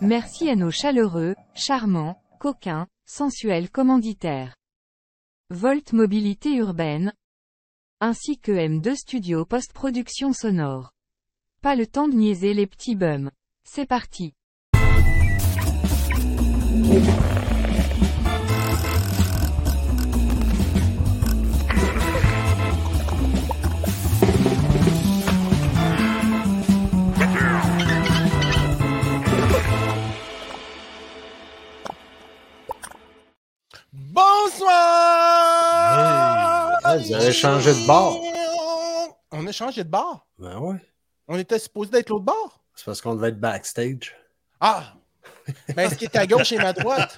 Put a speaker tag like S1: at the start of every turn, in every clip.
S1: Merci à nos chaleureux, charmants, coquins, sensuels commanditaires. Volt Mobilité Urbaine, ainsi que M2 Studio Post-Production Sonore. Pas le temps de niaiser les petits bums. C'est parti.
S2: Bonsoir!
S3: Hey, vous avez changé de bord.
S2: On a changé de bord.
S3: Ben ouais.
S2: On était supposé d'être l'autre bord.
S3: C'est parce qu'on devait être backstage.
S2: Ah! Ben, ce qui est à gauche et ma droite.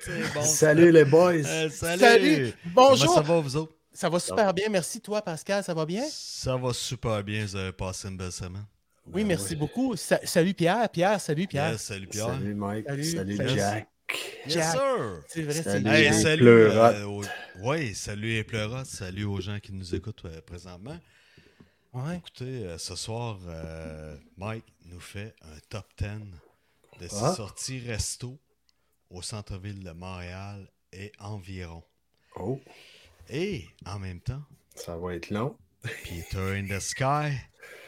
S4: C'est bon.
S3: Salut les boys.
S4: Euh, salut.
S2: Salut! Bonjour!
S4: Comment ça va, vous autres?
S2: Ça va super bien. Merci, toi, Pascal. Ça va
S3: Hein?
S2: bien?
S4: Ça va super bien. Vous avez passé une belle semaine.
S2: Oui,
S3: Ben
S2: merci
S3: ouais.
S2: beaucoup. Sa- salut, Pierre. Pierre, salut, Pierre.
S4: Yes, salut Pierre.
S3: Salut Mike.
S2: Salut.
S3: Salut,
S2: Salut.
S3: Jack.
S4: Yes, sir.
S2: C'est vrai, c'est
S3: Salut.
S2: vrai.
S4: Hey,
S3: Les
S4: salut.
S3: pleurotes.
S4: euh, aux- ouais, salut les pleurotes. Salut aux gens qui nous écoutent euh, présentement.
S2: Ouais.
S4: Écoutez, euh, ce soir, euh, Mike nous fait un top 10 de ses
S3: Ah.
S4: sorties resto au centre-ville de Montréal et environ.
S3: Oh,
S4: Et en même temps,
S3: ça va être long.
S4: Peter in the Sky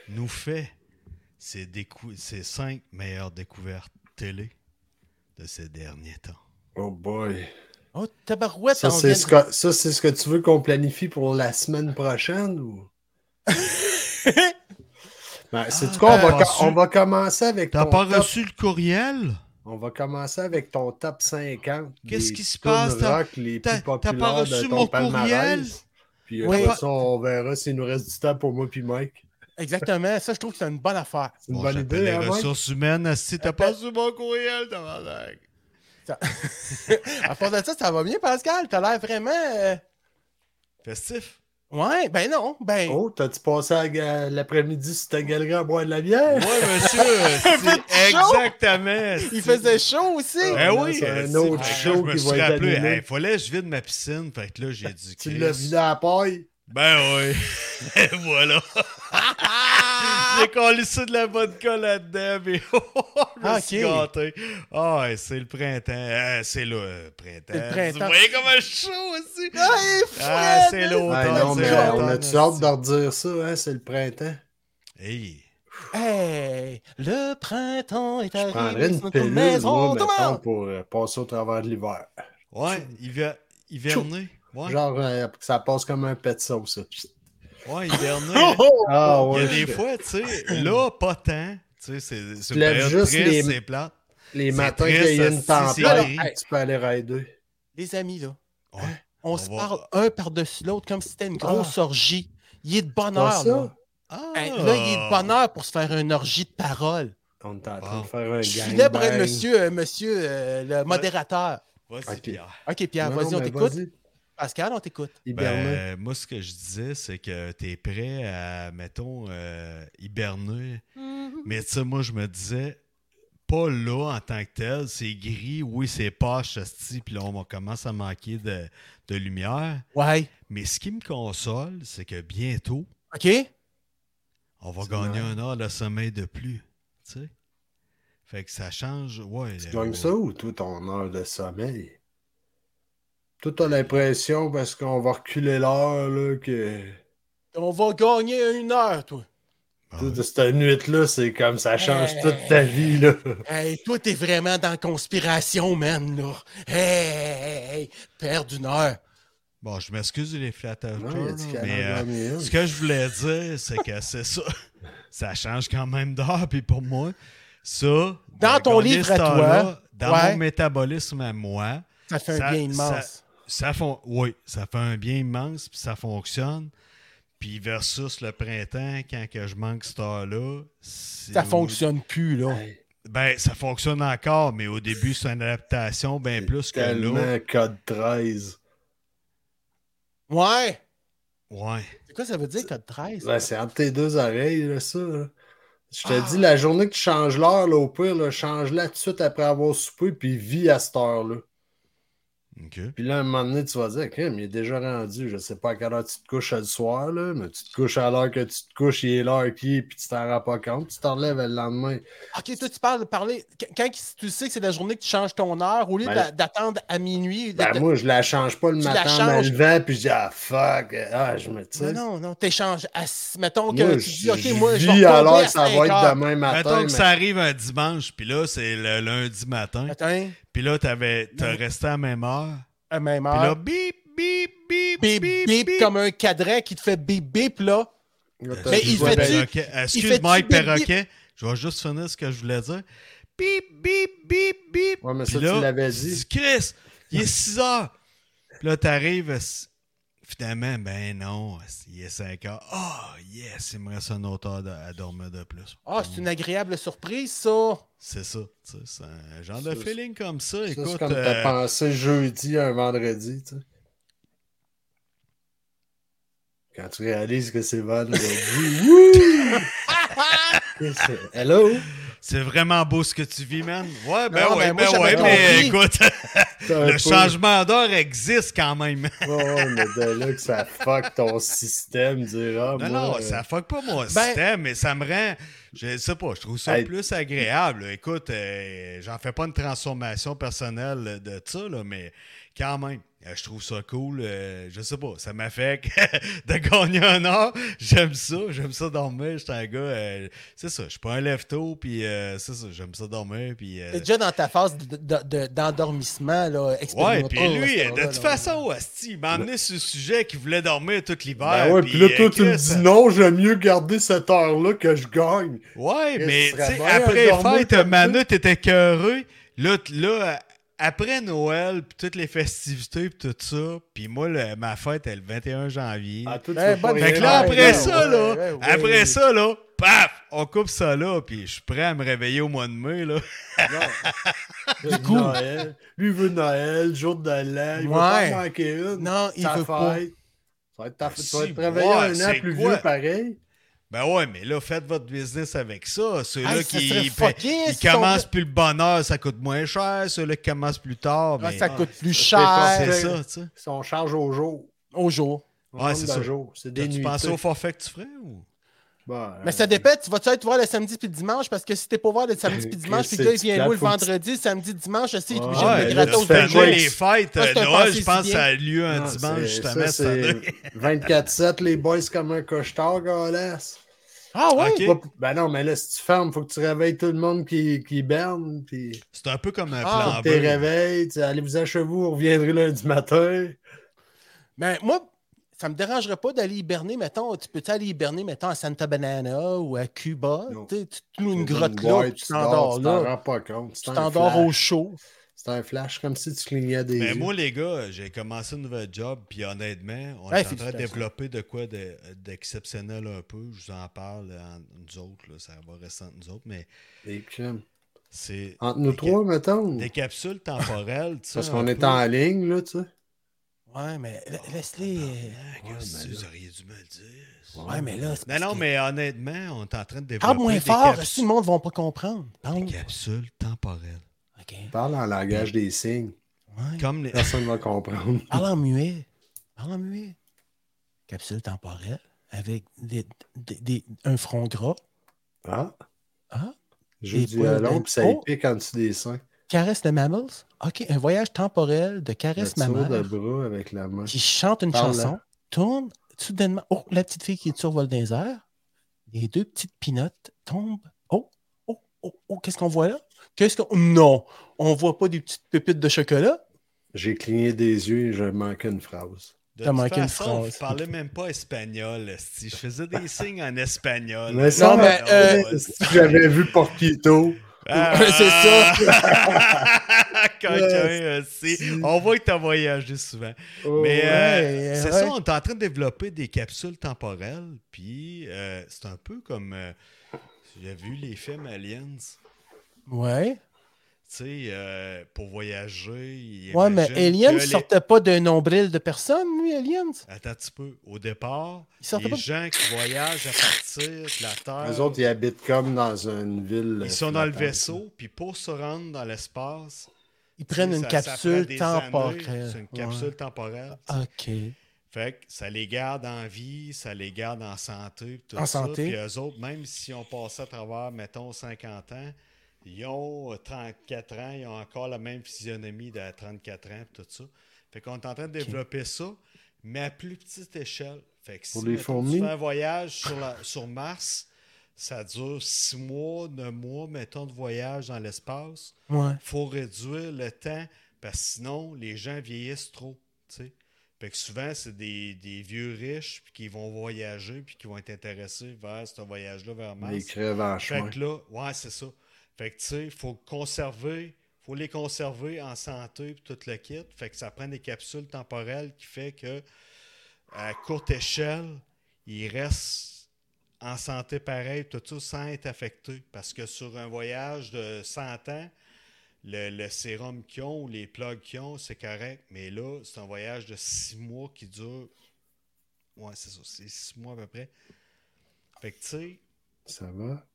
S4: nous fait ses, décou- ses cinq meilleures découvertes télé de ces derniers temps.
S3: Oh boy.
S2: Oh, tabarouette,
S3: Ça,
S2: on vient
S3: c'est
S2: de-
S3: ce que, ça, c'est ce que tu veux qu'on planifie pour la semaine prochaine ou? ben, c'est
S4: Ah,
S3: quoi?
S4: t'as
S3: On va,
S4: pas
S3: on
S4: su-
S3: va commencer avec
S4: T'as
S3: ton
S4: pas
S3: top,
S4: reçu le courriel?
S3: on va commencer avec ton top 50.
S4: Qu'est-ce
S3: des
S4: qui se
S3: tunes
S4: passe? T'as-
S3: rock les
S4: t'as-
S3: plus
S4: t'as pas
S3: populaires de
S4: reçu
S3: ton
S4: mon
S3: palmarès.
S4: courriel?
S3: Puis euh,
S2: Oui.
S3: après ça, on verra s'il nous reste du temps pour moi puis Mike.
S2: Exactement. Ça, je trouve que c'est une bonne affaire.
S3: C'est une
S4: Bon,
S3: bonne
S4: j'appelle
S3: idée,
S4: les
S3: hein, Mike?
S4: ressources humaines, si t'as pas reçu mon courriel, tabarnak.
S2: Ça- à part de ça, ça va bien, Pascal. T'as l'air vraiment. euh,
S4: Festif.
S2: Ouais, ben non. Ben.
S3: Oh, t'as-tu passé à ga- l'après-midi sur ta galerie à boire de la bière?
S4: Ouais, monsieur, c'est
S2: chaud.
S4: exactement. c'est-
S2: Il faisait chaud aussi.
S4: Ben
S3: Ah,
S4: oui,
S3: c'est un
S4: c'est-
S3: autre
S4: fait
S3: show
S4: que là, je me
S3: qui
S4: suis
S3: va être
S4: rappelé,
S3: annulé.
S4: hey, fallait que je vide ma piscine, fait que là, j'ai dit
S3: Tu l'as
S4: Christ.
S3: vidé à la paille?
S4: Ben oui. Et voilà. J'ai collé ça de la vodka là-dedans, mais oh, je me
S2: Ah,
S4: suis
S2: ok.
S4: gâté. Ah, ouais, c'est le printemps. Ah, c'est le euh, printemps.
S2: C'est le printemps.
S4: Vous voyez comme je suis chaud aussi.
S2: Ah, il est
S4: Ah,
S2: frais,
S4: c'est
S2: là.
S4: l'automne.
S3: Ouais, non,
S4: c'est
S3: mais
S2: ça,
S3: on
S4: l'automne,
S3: a-tu hâte
S4: c'est-
S3: de redire ça, hein? C'est le printemps.
S4: Hey.
S2: Hey, le printemps est
S3: Je prendrais
S2: arrivé
S3: une
S2: sur notre
S3: pilule,
S2: maison,
S3: moi,
S2: tout le
S3: mettons,
S2: monde.
S3: pour euh, passer au travers de l'hiver.
S4: Ouais, hiver... hiverné. Ouais,
S3: Genre, euh, que ça passe comme un pet sauce. ça.
S4: ouais hiverné.
S2: Oh,
S3: Ah
S4: Il y
S3: ouais,
S4: a des
S3: je-
S4: fois, tu sais, là, pas tant. Tu sais, c'est c'est
S3: Tu
S4: une
S3: lèves
S4: période
S3: juste
S4: triste,
S3: les-
S4: c'est plate.
S3: les
S4: c'est
S3: matins
S4: triste,
S3: qu'il y a une
S4: si, c'est la
S3: tempête,
S4: vie.
S3: tu peux aller rider.
S2: Les amis, là, hein,
S4: Ouais.
S2: on,
S4: On
S2: se
S4: va-
S2: parle un par-dessus l'autre comme si c'était une grosse orgie. Il est de bonne
S3: Ah. Pas
S2: heure, là.
S3: ça?
S4: Ah.
S2: Hey, là, il est de bonne heure pour se faire une orgie de parole.
S3: On est en train
S4: Wow.
S3: de faire un
S2: Je suis
S3: gangbang.
S2: là pour être monsieur, euh, monsieur euh, le modérateur.
S4: Vas-y,
S3: Ok.
S4: Pierre.
S2: OK, Pierre,
S3: Non,
S2: vas-y, on
S3: mais
S2: t'écoute.
S3: vas-y,
S2: Pascal, on t'écoute.
S3: hiberne.
S4: Ben, moi, ce que je disais, c'est que t'es prêt à, mettons, euh, hiberner. Mais tu sais, moi, je me disais, pas là en tant que tel. C'est gris, oui, c'est poche, hostie, puis là, on commence à manquer de, de lumière.
S2: Ouais.
S4: Mais ce qui me console, c'est que bientôt,
S2: OK?
S4: on va
S3: C'est
S4: gagner
S3: vrai.
S4: un heure de sommeil de plus. Tu sais? Fait que ça change. Ouais.
S3: Tu
S4: le-
S3: gagnes ça ou toi, ton heure de sommeil? Toi, t'as l'impression, parce qu'on va reculer l'heure, là, que
S2: On va gagner une heure, toi.
S4: Ah,
S3: toute cette nuit-là, c'est comme ça change
S2: Hey.
S3: toute ta vie, là.
S2: Hey, toi, t'es vraiment dans la conspiration, man, là. Hey, hey, hey, perdre une heure.
S4: Bon, je m'excuse les flatteurs.
S3: Non, il a dit
S4: là,
S3: qu'il allait
S4: mais,
S3: en
S4: euh,
S3: gagner une.
S4: Ce que je voulais dire, c'est que c'est ça. Ça change quand même d'heure, puis pour moi, ça.
S2: Dans
S4: de
S2: ton
S4: gagner
S2: livre
S4: ce
S2: à toi,
S4: temps-là, Dans
S2: ouais.
S4: mon métabolisme à moi,
S2: Ça fait
S4: Ça-
S2: un bien
S4: ça-
S2: immense.
S4: ça fon- oui, ça fait un bien immense, puis ça fonctionne. Puis versus le printemps, quand que je manque cette heure-là. c'est-
S2: Ça fonctionne plus, là.
S3: Hey,
S4: Ben, ça fonctionne encore, mais au début, c'est une adaptation bien plus que là.
S3: Tellement code 13.
S2: Ouais.
S4: Ouais.
S2: C'est quoi ça veut dire, code 13?
S3: Ouais, c'est entre tes deux oreilles, là, ça. là. Je te
S2: Ah.
S3: dis, la journée que tu changes l'heure, là, au pire, là, change-la tout de suite après avoir soupé, puis vis à cette heure-là.
S4: OK.
S3: Puis là, à un moment donné, tu vas dire, Crime, il est déjà rendu. Je sais pas à quelle heure tu te couches le soir, là, mais tu te couches à l'heure que tu te couches, il est l'heure qui est, puis tu t'en rends pas compte. Tu t'en relèves le lendemain.
S2: Ben, Ok, toi, tu parles de parler. qu- Quand tu sais que c'est la journée que tu changes ton heure, au lieu
S3: Ben,
S2: d'a- d'attendre à minuit. de-
S3: Ben,
S2: de-
S3: moi, je la change pas le
S2: Tu la
S3: matin en me
S2: changes. Ben
S3: levant, puis je dis, ah, fuck, ah, je me tire.
S2: non, non, non, t'échanges. à s- Mettons que
S3: Moi,
S2: tu dis,
S3: je,
S2: ok, moi, je
S3: vis
S2: vais
S3: à
S2: retomber
S3: l'heure
S2: à
S3: que ça
S2: 5
S3: va être
S2: heures.
S3: demain
S4: Mettons
S3: matin.
S4: que
S3: mais-
S4: ça arrive un dimanche, puis là, c'est le lundi matin.
S2: Matin,
S4: Puis là, t'avais, t'as
S2: Non.
S4: resté à la même heure.
S2: à même
S4: Puis là,
S2: heure.
S4: bip, bip, bip,
S2: Bip, bip, comme un cadran qui te fait bip, bip, là.
S3: Attends,
S2: Mais
S3: je
S2: il
S3: vois
S2: fait
S3: bien.
S2: du-
S4: Perroquet. Excuse
S2: fait-tu
S4: moi
S2: bip, bip?
S4: perroquet. Je vais juste finir ce que je voulais dire. Bip, bip, bip, bip.
S3: Ouais, mais
S4: Puis
S3: ça, tu
S4: là,
S3: l'avais dit.
S4: dis, Chris, il est 6 heures. Puis là, t'arrives. s- Finalement, ben non, il est 5 heures. Ah, yes, il me reste un autre heure de- à dormir de plus.
S2: Ah, c'est une agréable surprise, ça.
S4: C'est ça. tu sais, C'est un genre de
S3: Ça,
S4: feeling comme ça.
S3: Ça,
S4: Écoute,
S3: c'est comme t'as
S4: euh,
S3: pensé jeudi à un vendredi, tu sais. Quand tu réalises que c'est vendredi, wouh! Qu'est-ce que- Hello?
S4: c'est vraiment beau ce que tu vis, man. Ouais, ben
S2: Non, ben,
S4: ouais,
S2: moi,
S4: ben,
S2: j'avais
S4: ouais, mais écoute,
S3: T'as un
S4: le
S3: peu-
S4: changement d'heure existe quand même.
S3: Ouais, mais de là que ça fuck ton système, dire ah, moi,
S4: Non, non, ça fuck pas mon
S2: ben-
S4: système, mais ça me rend. Je sais pas, je trouve ça
S3: Hey.
S4: plus agréable. là. Écoute, euh, j'en fais pas une transformation personnelle de ça, là, mais quand même, euh, je trouve ça cool. euh, je sais pas, ça m'affecte de gagner un an. J'aime ça, j'aime ça dormir. J'étais un gars, euh, c'est ça, je suis pas un lève-tôt, puis euh, c'est ça, j'aime ça dormir, puis. euh,
S2: T'es déjà dans ta phase de- de- de- d'endormissement, là.
S4: Ouais,
S2: expérimentale,
S4: puis
S2: à
S4: lui,
S2: ce
S4: de
S2: moment-là,
S4: toute
S2: là.
S4: façon, hostie, il m'a amené sur le sujet qu'il voulait dormir tout l'hiver.
S3: Ben ouais, puis là,
S4: euh,
S3: toi, tu me
S4: Chris,
S3: dis non, j'aime mieux garder cette heure-là que je gagne.
S4: Ouais,
S3: Chris,
S4: mais
S3: tu
S4: tu sais,
S3: serais bien
S4: après
S3: endormi
S4: fête,
S3: comme
S4: Manu, t'étais cœureux. Là, t- là, après Noël, puis toutes les festivités, puis tout ça, puis moi, le- ma fête est le 21 janvier.
S3: Ah, toi, tu
S2: Ben,
S3: veux pas
S2: bonne-
S4: fait
S3: rien
S4: que là,
S2: ouais,
S4: après
S2: ouais,
S4: ça,
S2: ouais,
S4: là,
S2: ouais, ouais,
S4: après
S2: ouais.
S4: ça, là, paf, on coupe ça là, puis je suis prêt à me réveiller au mois de mai, là.
S3: Non. Lui,
S2: coup.
S3: Noël. Lui il veut Noël, jour de l'an. Il veut
S2: Ouais.
S3: pas en manquer une.
S2: Non, il
S3: Ta
S2: veut pas.
S3: fête. Ça va être ta fête. Tu vas
S4: Ah, Si,
S3: être travaillé
S4: ouais,
S3: un an
S4: c'est
S3: plus
S4: quoi?
S3: vieux, pareil.
S4: Ben ouais, mais là, faites votre business avec ça. Ceux-là
S2: Hey, ça
S4: qui,
S2: serait
S4: ils-
S2: fucké,
S4: ils
S2: si on-
S4: commencent plus le bonheur, ça coûte moins cher. Ceux-là qui commencent plus tard,
S2: Ah,
S4: mais
S2: Ça coûte plus
S3: c'est pas-
S2: cher
S4: c'est ça, tu sais.
S3: Si on charge au jour.
S2: au jour.
S3: on
S4: Ouais,
S3: tombe
S4: c'est
S3: dans
S4: ça.
S3: le jour. C'est des
S4: T'as-tu
S3: nuits.
S4: pensé au forfait que tu ferais ou?
S3: euh,
S2: Mais ça dépend, tu vas-tu être voir le samedi puis le dimanche? Parce que si t'es pas voir le samedi puis le dimanche, puis que le gars, il
S3: C'est
S2: vient où le
S3: plate, faut que tu-
S2: vendredi, samedi, dimanche, aussi, il est
S3: Ouais,
S2: obligé de
S4: Ouais,
S2: me
S4: là,
S2: gratter au
S4: tu
S3: gratos de
S4: fais
S3: quoi.
S4: jouer
S2: déjeuner.
S4: les fêtes.
S2: Ça, c'est
S4: euh,
S2: un
S4: Noël,
S2: passé
S4: je pense,
S2: si
S4: que ça a lieu un dimanche, justement, cette année.
S3: 24-7, les boys, comme un cochetard, galasse.
S2: Ah ouais?
S4: Ok.
S3: Pas- Ben non, mais là, si tu fermes, faut que tu réveilles tout le monde qui, qui berne. Puis
S4: C'est un peu comme un
S2: Ah,
S4: plan
S3: t'es
S4: B.
S3: réveillé, tu- allez-vous à chez vous, vous reviendrez lundi matin.
S2: Mais Ben, moi, ça me dérangerait pas d'aller hiberner, mettons. Tu peux aller hiberner, mettons, à Santa Banana ou à Cuba.
S3: Non.
S2: Tu sais, tu te loues une
S3: Dans
S2: grotte là,
S3: boîte,
S2: puis tu
S3: dors,
S2: t'endors
S3: Tu t'en
S2: là.
S3: rends pas compte.
S2: Tu t'endors au chaud.
S3: C'est un flash, comme si tu clignais des
S4: Mais
S3: yeux.
S4: Ben, moi, les gars, j'ai commencé un nouvel job, puis honnêtement, on
S2: Ouais,
S4: est en train de
S2: félicitations.
S4: développer de quoi de- d'exceptionnel un peu. Je vous en parle euh, entre nous autres, là, ça va rester entre nous autres, mais
S3: Des crimes.
S4: c'est
S3: Entre nous
S4: des ca-
S3: trois, mettons.
S4: des capsules temporelles. tu sais,
S3: Parce
S4: un
S3: qu'on est
S4: peu.
S3: en ligne, là, tu sais.
S2: Ouais, mais
S3: Ah,
S2: la- laisse-les. euh,
S4: Ah, qu'est-ce que vous auriez dû me le dire?
S2: Ouais, mais là. c'est
S4: Non, non,
S2: parce que-
S4: mais honnêtement, on est en train de développer
S2: Parle moins
S4: des
S2: fort,
S4: capsules-
S2: si le monde ne va pas comprendre. Parle.
S4: des capsules temporelles.
S2: Ok.
S3: Parle en langage des signes.
S2: Ouais.
S4: Comme les...
S3: Personne ne va comprendre.
S2: Parle en muet. Parle en muet. Capsule temporelle avec des- des- des- un front gras.
S3: Ah,
S2: Ah,
S3: je
S2: Des
S3: dis
S2: poils
S3: long,
S2: de-
S3: puis ça y
S2: Oh!
S3: pique en dessous des seins.
S2: Caresse de mammals. OK, un voyage temporel de
S3: Le
S2: caresse
S3: tour de
S2: mammaire
S3: bras avec la main.
S2: qui chante une
S3: Parle.
S2: chanson, tourne soudainement. Oh, la petite fille qui survole dans les airs. Les deux petites pinottes tombent. Oh, oh, oh, oh, qu'est-ce qu'on voit là? Qu'est-ce qu'on. Non, on voit pas des petites pépites de chocolat.
S3: J'ai cligné des yeux et je manquais une phrase.
S4: De
S2: T'as
S4: toute
S2: manqué une
S4: façon,
S2: phrase.
S4: je parlais même pas espagnol. Si je faisais des signes en espagnol.
S3: Mais ça,
S2: mais,
S4: non,
S2: euh,
S4: ouais,
S3: Si j'avais vu Porquito,
S4: Ah,
S2: c'est ça.
S4: Coquin aussi. On voit que t'as voyagé souvent.
S3: oh,
S4: Mais euh,
S2: ouais,
S4: c'est
S2: ouais.
S4: ça, on est en train de développer des capsules temporelles. Puis euh, c'est un peu comme. euh, J'ai vu les films Aliens.
S2: Ouais.
S4: Tu sais, euh, pour voyager. ils
S2: Ouais, mais
S4: imaginent
S2: Alien ne
S4: que les-
S2: sortait pas d'un nombril de personne, lui, Alien.
S4: Attends un petit peu. Au départ,
S2: Il sortait
S4: les
S2: pas de-
S4: gens qui voyagent à partir de la Terre.
S3: Oh. eux autres, ils habitent comme dans une ville.
S4: euh,
S3: euh,
S4: Ils sont dans le
S3: flottante.
S4: vaisseau, puis pour se rendre dans l'espace,
S2: Ils Ils prennent
S4: Ça-
S2: une
S4: ça prend
S2: capsule
S4: des années.
S2: temporaire.
S4: C'est une capsule temporaire.
S2: Ouais. Ah, OK.
S4: Fait que ça les garde en vie, ça les garde en santé. puis Tout
S2: En
S4: ça.
S2: santé.
S4: Puis eux autres, même s'ils ont passé à travers, mettons, 50 ans, ils ont euh, 34 ans, ils ont encore la même physionomie de 34 ans, puis tout ça. Fait qu'on est en train de développer ça, mais à plus petite échelle. Fait que
S3: Pour
S4: si
S3: les
S4: mettons,
S3: fourmis?
S4: tu fais un voyage sur, la- sur Mars, ça dure 6 mois, 9 mois, mettons, de voyage dans l'espace
S2: Ouais.
S4: faut réduire le temps parce que sinon, les gens vieillissent trop. tu sais. Fait que souvent, c'est des, des vieux riches puis qui vont voyager puis qui vont être intéressés vers ce voyage-là, vers
S3: Les
S4: Mars.
S3: crèves en
S4: Fait
S3: chemin.
S4: que là, ouais, c'est ça. Fait que tu sais, faut conserver, faut les conserver en santé puis tout le kit. Fait que ça prend des capsules temporelles qui fait que à courte échelle, ils restent en santé pareil, tout ça, sans être affectés. Parce que sur un voyage de 100 ans, le, le sérum qu'ils ont ou les plugs qu'ils ont, c'est correct. Mais là, c'est un voyage de 6 mois qui dure. Ouais, c'est ça, c'est 6 mois à peu près. Fait que tu sais,
S3: Ça va?